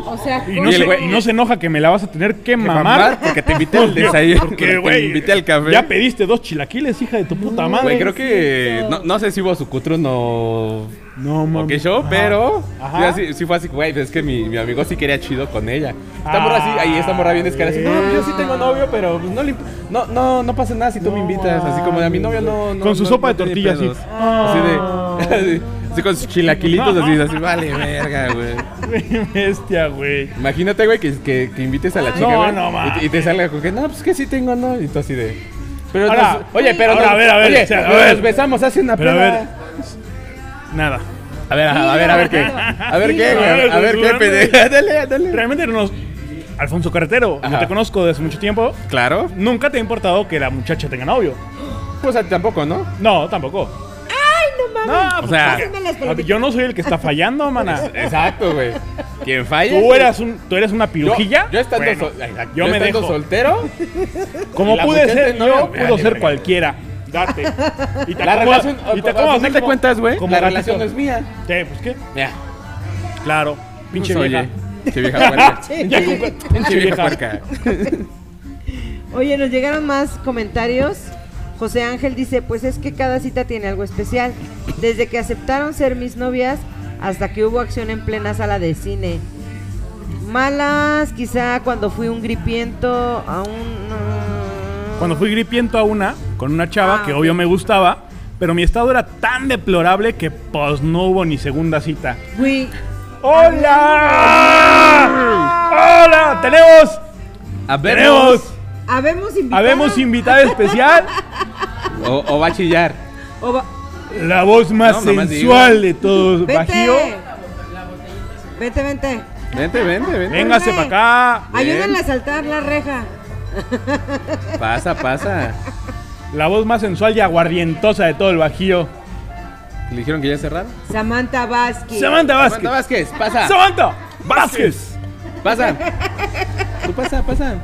S4: O sea,
S2: Y no,
S4: ¿cómo?
S2: se,
S3: el güey-
S2: y no se enoja que me la vas a tener que
S3: Que
S2: mamar.
S3: Porque te invité al desayuno. (laughs) porque te
S2: (laughs) Porque, Ah, güey,
S3: invité al café.
S2: Ya pediste dos chilaquiles, hija de tu puta madre.
S3: Güey, creo que. No, no sé si hubo su cutro, no.
S2: No, mames. Ah,
S3: Ok, show,
S2: Ajá. (laughs)
S3: pero.
S2: Ajá.
S3: ya sí, sí fue así, güey. pues Es que mi, mi amigo sí quería chido con ella. Esta
S2: Ah,
S3: morra así, ahí esta morra bien descarada. Así, no,
S2: güey.
S3: pues yo sí tengo novio, pero pues, no, le imp- no, no, no pasa nada si tú me invitas. Así como a mi novio no. no
S2: Con su
S3: no-
S2: sopa
S3: no
S2: de
S3: tiene
S2: tortilla, así.
S3: pedos". Así de. (laughs) Así, así con sus chilaquilitos, así, así, vale, verga, güey.
S2: Bestia, güey.
S3: Imagínate, güey, que, que, que invites a la
S4: Ay,
S3: chica,
S2: no,
S3: güey,
S2: no, ma.
S3: y, y te salga con que, no, pues que sí tengo, ¿no? Y tú así de... Pero
S2: Ahora,
S3: nos- oye, pero...
S2: ahora,
S3: nos-
S2: a ver, a ver,
S3: oye,
S2: o sea, a
S3: nos
S2: ver.
S3: besamos hace una
S2: Pero a
S3: peda.
S2: ver. Nada.
S3: A ver, a, a ver, a ver qué. A ver qué,
S2: Mira,
S3: güey. A ver qué,
S2: güey.
S3: pendejo. (laughs) Dale, dale.
S2: Realmente no nos. Alfonso Carretero, no
S3: Ajá.
S2: te conozco desde hace mucho tiempo.
S3: Claro.
S2: Nunca te ha importado que la muchacha tenga novio.
S3: Pues a- tampoco, ¿no?
S2: No, tampoco. ¡Ay, no mames! No,
S3: O sea,
S2: porque-
S4: Pásenme las palomitas.
S2: yo no soy el que está
S3: (laughs)
S2: fallando, mana.
S3: Exacto, güey. Quien falla...
S2: Tú eras, un, tú eres una
S3: Yo,
S2: pirujilla.
S3: yo estando,
S2: Bueno,
S3: sol- exacto,
S2: yo
S3: yo
S2: me
S3: estando
S2: dejo. (laughs)
S3: soltero,
S2: Como
S3: La
S2: pude
S3: muchacha
S2: ser
S3: no,
S2: yo,
S3: me
S2: pudo
S3: vale
S2: ser
S3: verga.
S2: cualquiera.
S3: (laughs)
S2: Date. Y te
S3: la
S2: acomodas-
S3: relación...
S2: Y te
S3: a- a
S2: acomodas
S3: final
S2: así
S3: de
S2: como-
S3: cuentas, güey,
S2: como
S3: la
S2: gatito.
S3: relación no es mía.
S2: Sí, pues qué.
S3: Ya.
S2: Claro. Pinche
S3: Pues,
S2: vieja.
S3: Oye, pinche vieja
S2: (laughs)
S3: puerca.
S2: Ya con-
S3: Pinche vieja puerca.
S4: Oye, nos llegaron más comentarios. José Ángel dice, pues es que cada cita tiene algo especial. Desde que aceptaron ser mis novias hasta que hubo acción en plena sala de cine. Malas, quizá cuando fui un gripiento a un... no.
S2: Cuando fui gripiento a una, con una chava
S4: Ah,
S2: que
S4: ok.
S2: obvio me gustaba, pero mi estado era tan deplorable que pues no hubo ni segunda cita.
S4: Güey,
S2: ¡Hola! ¡Hola! ¡Tenemos!
S3: A ver,
S2: ¡Tenemos!
S4: habemos invitado...
S2: Habemos invitada especial,
S3: O, o va a chillar.
S4: o va-
S2: la voz más
S3: No, nomás
S2: sensual de todos,
S4: Vete.
S2: Bajío.
S4: Vente, vente.
S3: Vente, vente, vente.
S2: Véngase
S4: Órale.
S2: para acá.
S3: Bien.
S4: Ayúdenle a saltar la reja.
S3: Pasa, pasa.
S2: La voz más sensual y aguardientosa de todo el Bajío.
S3: ¿Le dijeron que ya cerraron?
S4: Samantha Vázquez.
S2: Samantha
S3: Samantha Vázquez,
S2: Vázquez.
S3: pasa.
S2: Samantha Vázquez.
S3: Pasa. Tú pasa, pasa.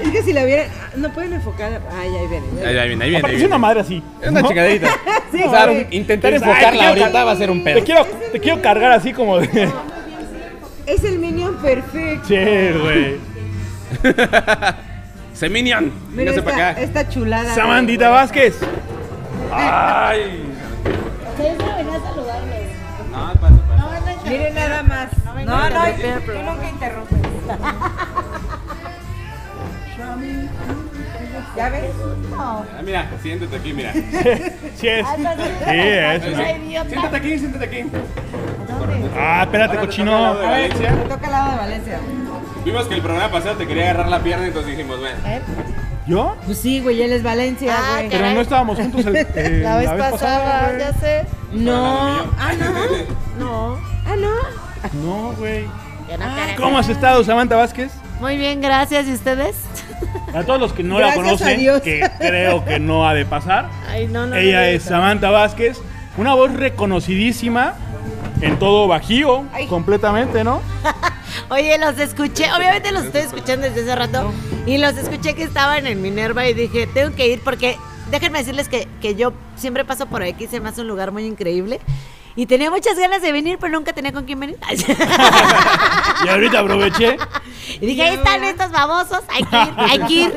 S4: Es que si la vieran... No pueden enfocar... Ay, ahí viene.
S3: Ahí, ahí viene, ahí viene.
S2: Aparte
S3: ahí
S2: es Ah, una
S3: viene.
S2: madre así.
S3: Es una
S2: ¿no?
S3: chingadita.
S4: Sí,
S3: o sea,
S4: güey.
S3: intentar
S2: Ay,
S3: enfocarla
S2: te quiero-
S3: ahorita va a ser un
S2: Te
S3: pedo.
S2: quiero, te quiero cargar así como de... (laughs)
S4: Es el minion perfecto.
S2: Che, güey.
S3: Se minion.
S4: Mira
S3: Véngase para
S4: esta,
S3: acá.
S4: esta chulada.
S2: Samantita Vázquez. Ay.
S5: Ustedes no venía a saludarlos. No, pasa, pasa.
S4: Miren nada más. No, no,
S5: Tú
S4: no.
S5: nunca interrumpes.
S4: (laughs) ¿Ya ves?
S5: No.
S3: Ah, mira, siéntate aquí, mira.
S2: Sí es. Sí es.
S5: Ay,
S2: ¿no?
S5: idiota.
S3: aquí, siéntate aquí.
S5: ¿Dónde?
S2: Ah, espérate, cochino.
S4: A ver, me toca al lado de Valencia.
S3: Vimos que el programa pasado te quería agarrar la pierna, entonces dijimos, bueno.
S5: ¿Eh?
S2: ¿Yo?
S4: Pues sí, güey, él es Valencia,
S5: Ah,
S4: güey.
S2: Pero no estábamos juntos
S5: (laughs)
S2: el, eh,
S5: La vez pasada,
S2: güey.
S5: ya sé.
S4: No. Ah,
S5: No.
S4: ah, no.
S2: No, güey.
S5: Ya no queremos.
S2: ¿Cómo has estado, Samantha Vázquez?
S5: Muy bien, gracias. ¿Y ustedes?
S2: A todos los que no la
S4: Gracias a
S2: conocen,
S4: Dios.
S2: que creo que no ha de pasar,
S5: Ay, no, no.
S2: ella
S5: no,
S2: es
S5: no.
S2: Samantha Vázquez, una voz reconocidísima en todo Bajío,
S5: Ay.
S2: completamente, ¿no?
S5: Oye, los escuché. Obviamente los estoy escuchando desde hace rato. Y los escuché que estaban en Minerva y dije, tengo que ir porque déjenme decirles que, que yo siempre paso por aquí. Se me hace un lugar muy increíble. Y tenía muchas ganas de venir, pero nunca tenía con quién venir. (laughs)
S2: Y ahorita aproveché.
S5: Y dije, ahí están estos famosos, hay que ir, hay que ir.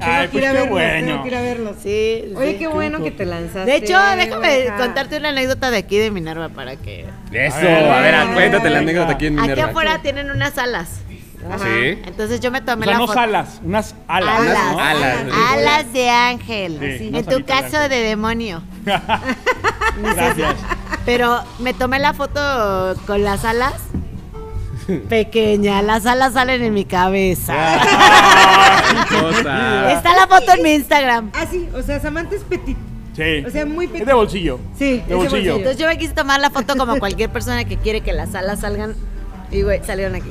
S2: Ay,
S4: Tengo que ir
S2: pues
S4: a
S2: qué
S4: verlos,
S2: bueno.
S4: Tengo que ir a verlos.
S5: (laughs) Sí, sí.
S4: Oye, qué bueno que te lanzaste.
S5: De hecho, déjame
S4: oveja.
S5: contarte una anécdota de aquí de Minerva para que...
S3: Eso,
S2: A ver,
S3: a ver,
S4: venga.
S3: cuéntate la anécdota aquí en Minerva.
S5: Aquí afuera tienen unas alas.
S4: Ajá.
S3: Sí.
S5: Entonces yo me
S2: O
S5: tomé
S2: sea,
S5: la
S2: no
S5: foto.
S2: salas, unas alas.
S5: Alas,
S2: ¿no?
S3: Alas,
S5: alas,
S3: sí.
S5: alas de ángel.
S2: Sí,
S5: en
S2: unas
S5: tu
S2: alitas de
S5: caso
S2: ángel.
S5: de demonio.
S2: Gracias.
S5: Pero me tomé la foto con las alas. Pequeña, las alas salen en mi cabeza.
S3: Ah, qué cosa.
S5: Está la foto en mi Instagram.
S4: Ah, sí, o sea, Samantha es petit.
S2: Sí.
S4: O sea, muy
S2: Es
S4: petit.
S2: de bolsillo.
S4: Sí,
S2: de bolsillo.
S5: Entonces yo me quise tomar la foto como cualquier persona que quiere que las alas salgan. Y güey, salieron aquí.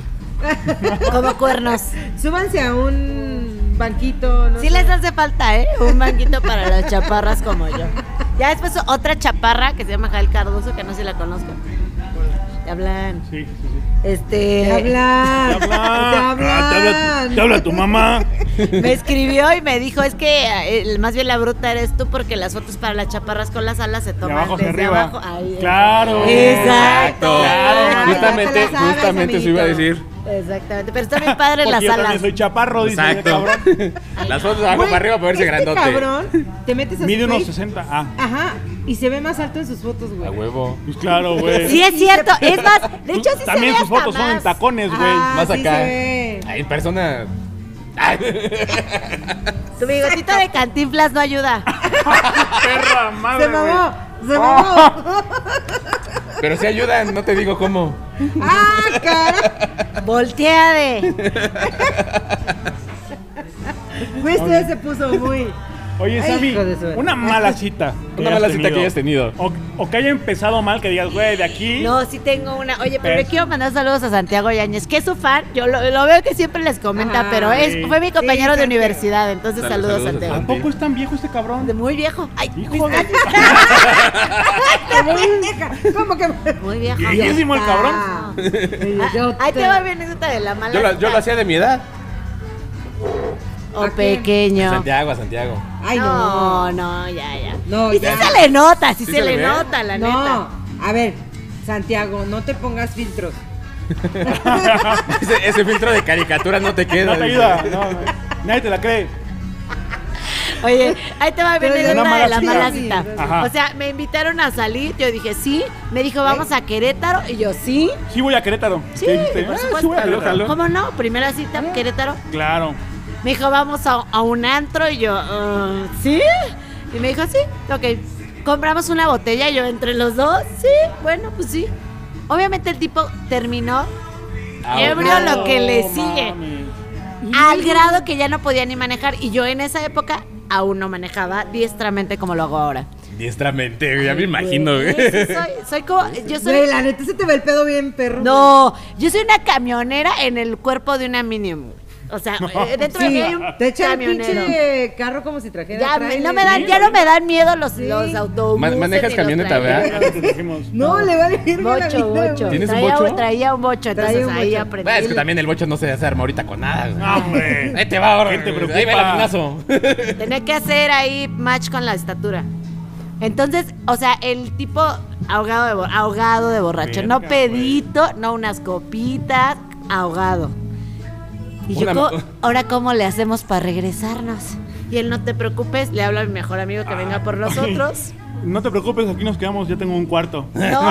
S5: Como cuernos.
S4: Súbanse a un banquito. No
S5: Sí
S4: sé.
S5: les hace falta, ¿eh? Un banquito para las chaparras como yo. Ya después otra chaparra que se llama Jael Cardoso, que no sé si la conozco. Te hablan.
S2: Sí, sí, sí.
S4: Te
S5: Este.
S4: hablan.
S2: Te hablan. Ah, te habla-
S4: hablan.
S2: te habla tu mamá.
S5: Me escribió y me dijo, es que eh, más bien la bruta eres tú porque las fotos para las chaparras con las alas se
S2: De
S5: toman
S2: abajo hacia
S5: desde
S2: arriba.
S5: abajo. Ahí,
S2: claro.
S5: Exacto.
S3: Claro,
S5: Ay, ya te la
S3: justamente,
S4: sabes,
S3: justamente eso
S4: amiguito.
S3: iba a decir.
S5: Exactamente, pero está bien padre
S2: Porque
S5: las
S2: yo también
S5: alas.
S2: soy chaparro, dice el
S3: Exacto.
S2: cabrón.
S3: (laughs) Las fotos abajo
S4: Güey,
S3: para arriba para verse
S4: este
S3: grandote.
S4: cabrón, te metes a su
S2: Mide unos
S4: Facebook,
S2: 60. Ah,
S4: Ajá, y se ve más alto en sus fotos,
S3: A
S4: güey.
S3: huevo.
S2: pues claro, güey.
S5: Sí, es cierto. Es más,
S2: (laughs)
S5: de hecho, sí
S2: También
S5: se ve
S2: sus
S5: hasta
S2: fotos son en
S5: más.
S2: tacones, güey.
S4: Ah,
S3: Más
S4: sí
S3: acá. eh.
S4: se ve.
S3: Ay, persona.
S5: Tu bigotito de cantinflas no ayuda.
S2: Perra madre.
S4: Se mamó, se mamó.
S3: Pero si ayudan, no te digo cómo.
S4: (laughs) ¡Ah, cara!
S5: Voltea de.
S4: Güey, este se puso muy.
S2: Oye,
S4: Ay,
S2: Sammy,
S4: hijo de su-
S2: una mala cita. que
S3: Una
S2: hayas
S3: mala cita que hayas tenido.
S2: O, o que haya empezado mal, que digas, güey, de aquí.
S5: No, sí tengo una. Oye, pero
S2: Pero-
S5: le quiero mandar saludos a Santiago Yáñez, que es su fan. Yo lo, lo veo que siempre les comenta,
S4: Ah,
S5: pero es,
S2: sí.
S5: fue mi compañero
S4: Sí,
S5: de
S4: Santiago.
S5: universidad, entonces
S3: Dale,
S5: saludos,
S3: saludos a
S5: Santiago.
S3: Santiago.
S2: ¿Tampoco es tan viejo este
S5: De
S2: cabrón?
S5: muy viejo. Ay,
S2: Hijo de.
S4: ¿Cómo que.?
S5: muy viejo.
S2: Viejísimo el cabrón.
S4: Ah,
S5: (laughs) Ah, ahí te va mi anécdota de la mala.
S3: Yo lo,
S5: cita.
S3: yo lo hacía de mi edad.
S5: O
S4: ¿A quién?
S5: Oh, pequeño.
S3: Santiago, a Santiago.
S4: Ay, no.
S5: no, no, ya, ya.
S4: No,
S5: y sí
S4: ya.
S5: se le nota,
S3: ¿Sí
S5: sí, se,
S3: se
S5: le
S3: le ve?
S5: nota, la
S4: No,
S5: neta.
S4: a ver, Santiago, no te pongas filtros.
S3: Ese, ese filtro de caricatura no te queda.
S2: No te
S3: dice.
S2: ayuda. No, no. Nadie te la cree.
S5: Oye, ahí te va a
S4: Pero
S5: venir
S4: ya
S5: una,
S2: no
S5: de
S2: mala
S5: la
S2: cita.
S5: mala cita.
S2: Ajá.
S5: O sea, me invitaron a salir, yo dije sí. Me dijo, vamos a Querétaro. Y yo, sí.
S2: Sí, voy a Querétaro.
S5: Sí,
S2: ¿Qué dijiste?
S5: por
S2: Ah, sí
S5: supuesto.
S2: voy a Querétaro.
S5: ¿Cómo no? Primera cita, Querétaro.
S2: Claro.
S5: Me dijo, vamos a, a un antro. Y yo, "Ah, ¿sí? Y me dijo, sí. Ok, compramos una botella. Y yo, entre los dos, sí. Bueno, pues sí. Obviamente el tipo terminó
S3: Ah,
S5: Ebrio
S3: bueno.
S5: lo que le
S2: No
S5: sigue.
S2: mames.
S5: al grado que ya no podía ni manejar. Y yo en esa época aún no manejaba diestramente como lo hago ahora.
S3: Diestramente, güey, ya me imagino,
S5: Sí,
S3: güey. (laughs)
S5: sí, soy, soy como.
S4: Güey,
S5: Yo soy.
S4: la neta se te ve el pedo bien, perro.
S5: No, yo soy una camionera en el cuerpo de una minium. O sea, eh, dentro de mí
S4: Sí,
S5: hay un
S4: te echa el
S5: camionero.
S4: pinche carro como si trajera.
S5: Ya, me-
S4: tráiler.
S5: no me dan, ya no me dan miedo los,
S4: Sí.
S5: los autobuses.
S3: Ma- manejas
S5: ni los
S3: camioneta,
S5: trailers.
S2: Ya lo que dijimos.
S4: No, le vale bien la vida,
S5: (laughs) Bocho,
S4: güey.
S5: bocho.
S3: ¿Tienes un
S5: traía,
S3: bocho?
S5: traía un bocho,
S4: Traía
S5: entonces
S4: un
S5: ahí
S4: bocho.
S5: aprendí.
S3: Bueno, es que también el bocho no se desarma ahorita con nada, güey.
S2: No, hombre.
S3: Ahí te va ahora.
S2: ¿Qué te
S3: güey.
S2: preocupa?
S3: Ahí va el minazo.
S5: Tenía que hacer ahí match con la estatura. Entonces, o sea, el tipo ahogado de, bo- ahogado de borracho. no
S2: Verga,
S5: pedito, no unas copitas, ahogado. Y yo,
S3: Una- (laughs)
S5: "Co- ¿ahora cómo le hacemos para regresarnos? Y él, no te preocupes, le habla a mi mejor amigo
S3: Ah.
S5: que venga por
S3: (laughs)
S5: nosotros.
S2: (laughs) No te preocupes, aquí nos quedamos. Ya tengo un cuarto. (laughs)
S5: ¡No!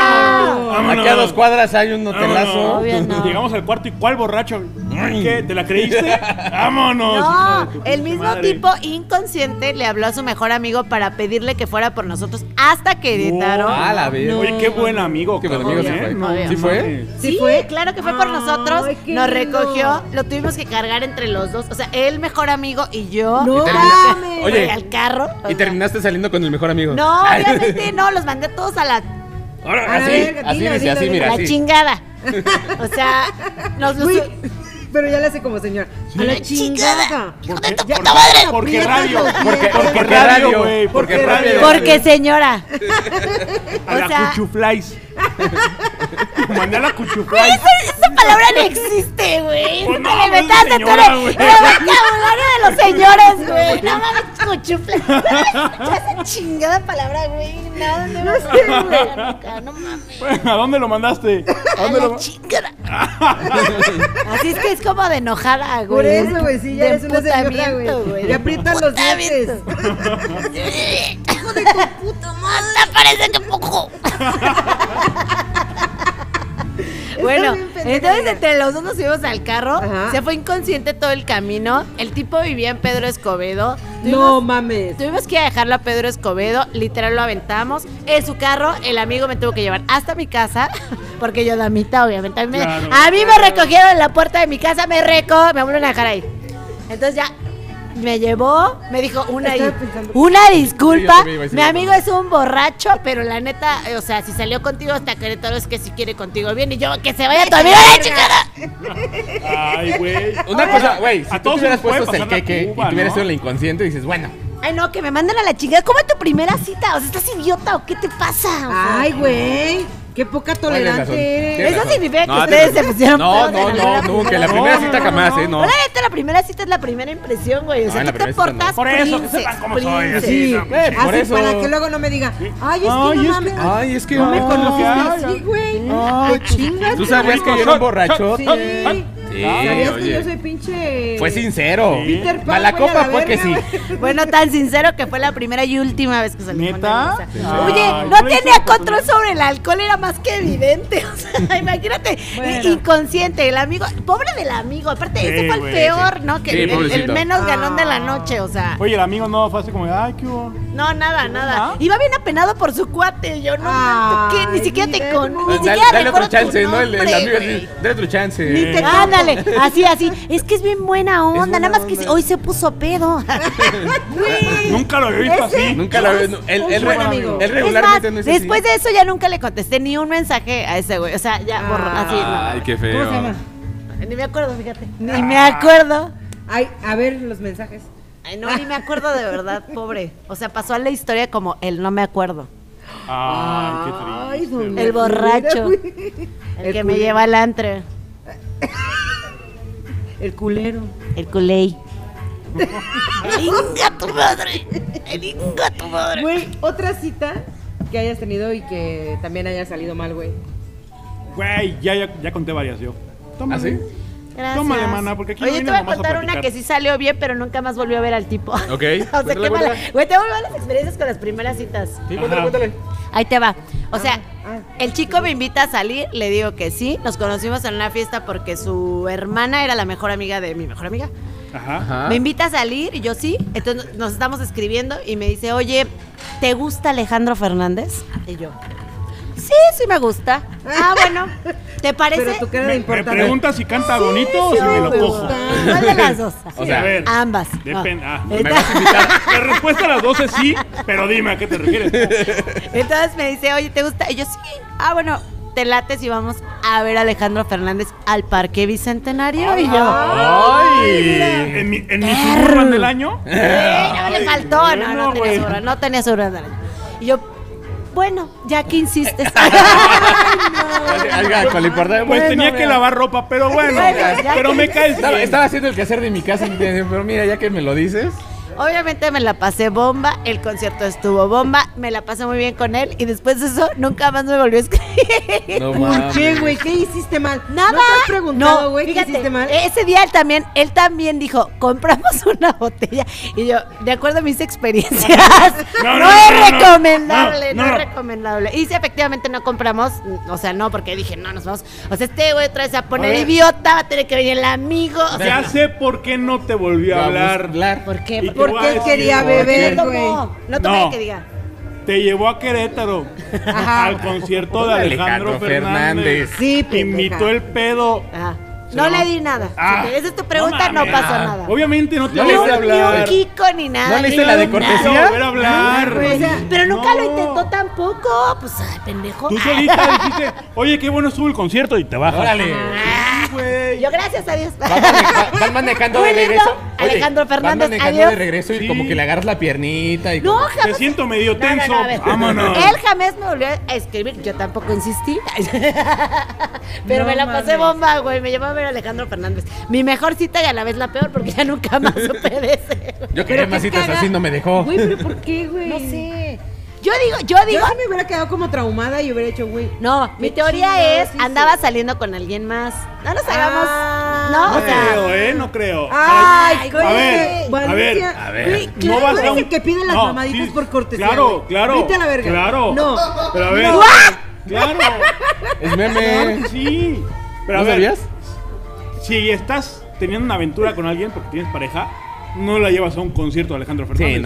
S2: Vámonos.
S3: Aquí a dos cuadras hay un
S5: no.
S3: hotelazo.
S5: Obvio no.
S2: Llegamos al cuarto y ¿cuál borracho? ¿Qué? ¿Te la creíste? ¡Vámonos!
S5: No,
S2: hijo de tu
S5: el
S2: pinche
S5: mismo
S2: madre.
S5: tipo inconsciente le habló a su mejor amigo para pedirle que fuera por nosotros hasta Querétaro.
S3: Ah, la vez.
S2: Oye, qué buen amigo.
S3: Qué buen
S2: cabrón,
S5: amigo sí
S2: ¿eh?
S5: fue.
S2: No
S5: Obvio.
S3: ¿Sí fue?
S2: mames.
S5: Sí,
S4: ¿Sí fue?
S5: claro que fue por
S4: Ay,
S5: nosotros.
S4: qué
S5: Nos
S4: lindo.
S5: recogió, lo tuvimos que cargar entre los dos. O sea, el mejor amigo y yo.
S4: No
S3: termina-
S4: mames.
S3: Oye,
S5: Oye, al carro. o
S3: Y
S5: sea,
S3: terminaste saliendo con el mejor amigo. (laughs)
S5: No,
S3: Ay.
S5: obviamente no, los mandé a todos a la,
S3: Ahora,
S4: A
S3: así,
S4: ver,
S3: así,
S4: dilo,
S3: dice,
S4: dilo,
S3: así,
S4: dilo.
S3: mira,
S5: la
S3: así.
S5: chingada. O sea, nos los.
S4: Güey, (laughs) pero ya le hace como señora. A la chingada.
S2: Porque,
S5: puta madre!
S2: porque
S4: Aprietas
S2: radio.
S4: los
S2: Porque,
S4: dientes.
S2: porque
S3: Porque radio,
S2: radio, güey. Porque
S3: porque
S2: radio.
S3: radio.
S5: Porque señora.
S2: A
S5: o
S2: la
S5: sea- (laughs)
S2: cuchuflies. Mandé a la
S5: Güey,
S2: cuchuflies.
S5: esa, esa palabra no existe,
S4: (laughs)
S5: güey.
S2: Pues
S5: no,
S2: no,
S5: le
S2: güey,
S5: inventaste tú
S2: señora,
S5: eres-
S2: güey.
S5: eres vocabulario de los señores, güey. No mames, (laughs) cuchufla. Esa chingada palabra, güey. No, ¿dónde vas a ver, loca? No
S2: (laughs)
S5: mames.
S2: ¿A dónde lo mandaste? ¿A
S5: Pues A
S2: dónde
S5: la
S2: lo
S4: (laughs)
S5: chingada. Así es que es como de enojada, güey.
S4: Por eso, güey, sí, ya
S5: De
S4: eres una señora,
S5: emputamiento,
S4: güey. Ya aprietas los
S5: Emputamiento.
S4: dientes.
S5: Hijo de tu puta madre. Hasta parece que poco. Bueno,
S4: bien pendeja,
S5: entonces
S4: mira.
S5: entre los dos nos subimos al carro.
S4: Ajá.
S5: Se fue inconsciente todo el camino. El tipo vivía en Pedro Escobedo.
S4: No
S5: Tuvimos-
S4: mames.
S5: Tuvimos que ir a dejarlo a Pedro Escobedo, literal lo aventamos. En su carro, el amigo me tuvo que llevar hasta mi casa, (laughs) porque yo damita, obviamente. A mí, me,
S2: Claro.
S5: a mí me recogieron en la puerta de mi casa, me reco, me volvieron a dejar ahí. Entonces ya me llevó, me dijo una,
S4: Estaba
S5: dis-
S4: pensando-
S5: una disculpa.
S3: Sí, yo también iba a decir
S5: Mi
S3: eso.
S5: amigo es un borracho, pero la neta, eh, o sea, si salió contigo hasta Querétaro es que si quiere contigo bien. Y yo, que se vaya también a la chingada.
S2: Ay, güey.
S3: Una cosa, güey, si
S2: a
S3: tú
S2: todos
S3: te hubieras
S2: nos puede
S3: puesto hasta el
S2: pasar la
S3: queque
S2: Cuba,
S3: y te hubieras
S2: ¿no?
S3: sido la inconsciente, dices, bueno,
S5: Ay, no, que me manden a la chingada. ¿Cómo es tu primera cita? O sea, ¿estás idiota o qué te pasa? O sea,
S4: Ay, güey. Qué poca
S3: ¿Cuál es la razón?
S4: tolerante
S3: Tienes
S4: eres.
S5: Eso
S3: razón.
S5: significa que
S3: No,
S5: ustedes
S3: tienes-
S5: se pusieron
S3: No,
S5: pedos
S3: no,
S5: en la
S3: no,
S5: primera
S3: no, que la
S5: cita.
S3: primera
S2: No,
S3: cita
S2: no,
S3: jamás,
S2: no,
S3: ¿eh? No.
S5: No, la neta, la primera cita es la primera impresión, güey. O sea,
S3: No, en la
S5: tú te
S3: primera cita no.
S5: portas
S2: Por eso, que
S5: princes,
S2: sepan cómo soy, así,
S5: princes.
S2: no,
S3: Eh, por
S4: Así
S3: eso.
S4: para que luego no me diga, ay, es que
S2: Ay,
S4: no
S2: es
S4: mames.
S2: que-
S3: Ay, es que
S4: no me
S3: ay,
S4: conociste
S2: ay,
S4: así, güey.
S2: ay,
S4: Ay, chingas.
S3: ¿Tú sabías que yo era un borracho?
S4: Sí.
S3: Sí,
S4: ¿Sabías que
S3: oye.
S4: yo soy pinche.
S3: Fue sincero.
S2: Sí.
S4: Peter Pan,
S3: Mala
S4: güey, a
S3: copa
S4: la
S3: fue que
S4: verga,
S3: sí.
S4: güey.
S5: Bueno, tan sincero que fue la primera y última vez que salimos.
S2: ¿Neta?
S5: de
S2: Sí.
S5: mesa. Oye,
S2: Ay,
S5: no
S2: ¿cuál es
S5: tenía
S2: el
S5: control sobre el alcohol, era más que evidente. (laughs) O sea, imagínate,
S4: Bueno.
S5: inconsciente, el amigo, pobre del amigo, aparte,
S2: Sí, Ah. Pues,
S5: ese fue el
S2: güey,
S5: peor, ¿no? Que
S3: Sí,
S5: el- el,
S3: pobrecito.
S5: menos ganón de la noche, o sea.
S2: Oye, el amigo no fue así como, ay, qué hubo.
S5: No, nada, nada.
S2: ¿Ah?
S5: Iba bien apenado por su cuate, yo no,
S4: Ay,
S5: que ni siquiera te
S4: Guillermo.
S5: con, ni
S3: Dale-
S5: siquiera
S3: Dale
S5: recuerdo
S3: otro
S5: tu
S3: chance, ¿no? El el
S5: nombre,
S3: amigo
S5: güey.
S3: así, Dale otro chance.
S4: te-
S5: Ah, Ándale, así, así. Es que es bien buena onda,
S3: buena
S5: nada más que
S3: onda.
S5: hoy se puso
S3: (laughs)
S5: pedo.
S2: Nunca lo había visto
S4: Ese-
S2: así.
S3: Nunca la veo. no, Él
S4: Un
S3: él
S4: buen
S3: re-
S4: amigo.
S3: él
S5: Es más,
S3: regularmente no es así.
S5: después de eso ya nunca le contesté ni un mensaje a ese güey. O sea, ya borró así. no.
S3: Ah, Ay, qué
S4: ¿Cómo
S3: feo.
S4: se llama?
S5: Ni me acuerdo, fíjate. Ni me acuerdo.
S4: Ay, a ver los mensajes.
S5: Ay, no, ni me acuerdo de verdad, pobre. O sea, pasó a la historia como el no me acuerdo.
S2: Ay, qué triste.
S4: Ay, don
S5: El borracho.
S4: güey.
S5: El,
S4: El
S5: que me
S4: culero.
S5: lleva al antro.
S4: (laughs) El culero.
S5: El
S3: (laughs)
S5: culey. el inga tu madre. El inga tu madre.
S4: Güey, otra cita que hayas tenido y que también haya salido mal, güey.
S2: Güey, ya, ya, ya conté varias yo.
S3: ¿Ah,
S2: Tómale.
S3: sí?
S5: Gracias.
S2: Tómale, mana, porque aquí no
S5: Oye, te
S2: vine
S5: voy a
S2: nomás a
S5: contar una
S2: platicar.
S5: que sí salió bien, pero nunca más volvió a ver al tipo.
S3: Ok,
S5: (laughs) o sea,
S3: cuéntala,
S5: qué mala.
S3: cuéntala.
S5: Güey, te voy a las experiencias con las primeras citas.
S3: Sí, cuéntale,
S2: Ajá.
S3: cuéntale.
S5: Ahí te va. O sea,
S4: ah.
S5: el chico me invita a salir, le digo que sí. Nos conocimos en una fiesta porque su hermana era la mejor amiga de mi mejor amiga.
S2: Ajá.
S3: Ajá.
S5: Me invita a salir y yo sí. Entonces nos estamos escribiendo y me dice, oye, ¿te gusta Alejandro Fernández? Y yo, sí, sí me
S4: (laughs)
S5: gusta. Ah, bueno, ¿te
S4: Pero
S5: parece?
S4: tu cara de
S2: Me, me
S4: importante.
S2: pregunta si canta bonito o si
S5: Sí,
S2: me lo
S5: me
S2: cojo.
S5: (laughs) gusta. ¿Cuál de las dos?
S3: O sea,
S2: a ver.
S5: Ambas.
S2: Depende. Ah,
S5: Entonces-
S3: Me vas a invitar.
S2: La respuesta a las 12 es sí, pero dime a qué te refieres.
S5: (laughs) Entonces me dice, oye, ¿te gusta? Y yo, sí. Ah, bueno, te lates y vamos a ver a Alejandro Fernández al Parque Bicentenario. Y yo,
S2: Ah.
S3: ¡Ay!
S2: En mi, en mi suburban del año. pues,
S5: "Eh, no le faltó. No, no
S2: bueno,
S5: tenía
S2: güey.
S5: su hora, no tenía su hora de la- Y yo, bueno, ya
S2: (laughs)
S5: que insistes.
S3: Alga, con lo importante.
S2: Pues
S3: Bueno,
S2: tenía que
S3: mira.
S2: lavar ropa, pero bueno.
S5: Bueno, ya
S2: pero
S5: que-
S2: me caes
S3: Estaba,
S2: bien.
S3: estaba haciendo el quehacer de mi casa, y dije, pero mira, ya que me lo dices.
S5: Obviamente me la pasé bomba, el concierto estuvo bomba, me la pasé muy bien con él y después de eso nunca más me volvió a escribir.
S3: No
S4: ¿Por
S3: mames.
S4: qué, güey? ¿Qué hiciste mal?
S5: Nada.
S4: ¿No te has preguntado,
S5: No,
S4: güey, qué
S5: fíjate, e-,
S4: hiciste mal?
S5: Ese día él también, él también dijo, compramos (laughs) una botella. Y yo, de acuerdo a mis experiencias,
S2: (laughs) No, no,
S5: no,
S2: no,
S5: es
S2: no, no.
S5: recomendable, no,
S2: No, no.
S5: es recomendable. Y sí, efectivamente no compramos, o sea, no, porque dije, no, nos vamos. O sea, este güey otra vez se va a poner
S3: ver.
S5: idiota, va a tener que venir el amigo. O sea,
S2: Ya sé por qué no te volví a
S3: Vamos a
S2: hablar.
S5: ¿Por qué?
S2: Y te voy
S4: Porque
S2: a
S4: él
S2: decir
S4: quería
S2: por qué.
S4: beber,
S5: no
S4: güey.
S5: tomó, no tomé
S2: No.
S5: que diga.
S2: Te llevó a Querétaro
S4: Ajá.
S2: al concierto de Alejandro,
S3: Alejandro
S2: Fernández.
S3: Fernández.
S4: Sí,
S2: Te
S4: pendeja.
S2: invitó el pedo.
S5: Ajá.
S2: Se
S5: No
S2: la
S5: le
S2: mam-
S5: di nada.
S2: Ah,
S5: si te- esa es tu pregunta, no,
S2: mames. Ah.
S5: pasó nada.
S2: Obviamente no te
S3: No
S5: Ni
S3: le
S2: voy a
S5: un,
S3: hice
S5: ni un
S3: hablar.
S5: Kiko ni nada.
S3: ¿No le
S5: ni
S3: hice la de
S5: un
S2: Te voy
S3: cortesía?
S2: a volver a hablar.
S4: O sea,
S5: Pero nunca lo
S2: No.
S5: intentó tampoco. Pues, ay, pendejo.
S2: Tú solita dijiste, oye, qué bueno estuvo el concierto y te bajas.
S3: Órale.
S5: Ah,
S2: güey.
S5: (laughs) Yo, gracias a Dios.
S3: Van maneja- van manejando de
S5: Muy lindo,
S3: regreso. Oye,
S5: Alejandro
S3: Van
S5: Fernández,
S3: manejando
S5: adiós.
S3: de regreso y
S2: Sí.
S3: como que le agarras la piernita y.
S5: (laughs) No,
S3: como-
S5: jamás.
S2: Te siento medio
S5: No, no, no,
S2: tenso.
S5: a ver.
S2: Vámonos.
S5: Él jamás me volvió a escribir. Yo tampoco insistí. (laughs) Pero
S4: No
S5: me la pasé
S4: mames.
S5: bomba, güey. Me llevó a ver a Alejandro Fernández. Mi mejor cita y a la vez la peor porque ya nunca más supe de ese.
S3: Yo quería
S4: qué
S3: más citas
S4: caga-
S3: así, no me dejó.
S4: Güey, pero ¿por qué, güey?
S5: No sé. Yo digo, yo digo.
S4: Yo sí me hubiera quedado como traumada y hubiera hecho, güey.
S5: No, mi
S4: qué
S5: teoría
S4: chingados
S5: es
S4: hice.
S5: andaba saliendo con alguien más. No nos hagamos.
S4: Ah.
S5: no,
S2: No
S5: o sea.
S2: creo, ¿eh? No creo.
S4: Ay,
S2: a
S4: güey.
S2: ver, a ver,
S4: Valencia,
S3: a ver.
S4: güey,
S2: No
S4: Claro,
S2: vas a
S4: eres
S2: un-
S4: el que pide las
S2: No,
S4: mamaditas
S2: sí,
S4: por cortesía.
S2: claro,
S4: güey.
S2: claro,
S4: Vete a la verga.
S2: claro.
S4: No.
S2: Pero a ver.
S4: No.
S2: Claro.
S3: Es meme.
S2: Sí. Pero a
S3: ¿No
S2: ver,
S3: sabías?
S2: si estás teniendo una aventura con alguien porque tienes pareja, no la llevas a un concierto de Alejandro Fernández.
S3: Sí, no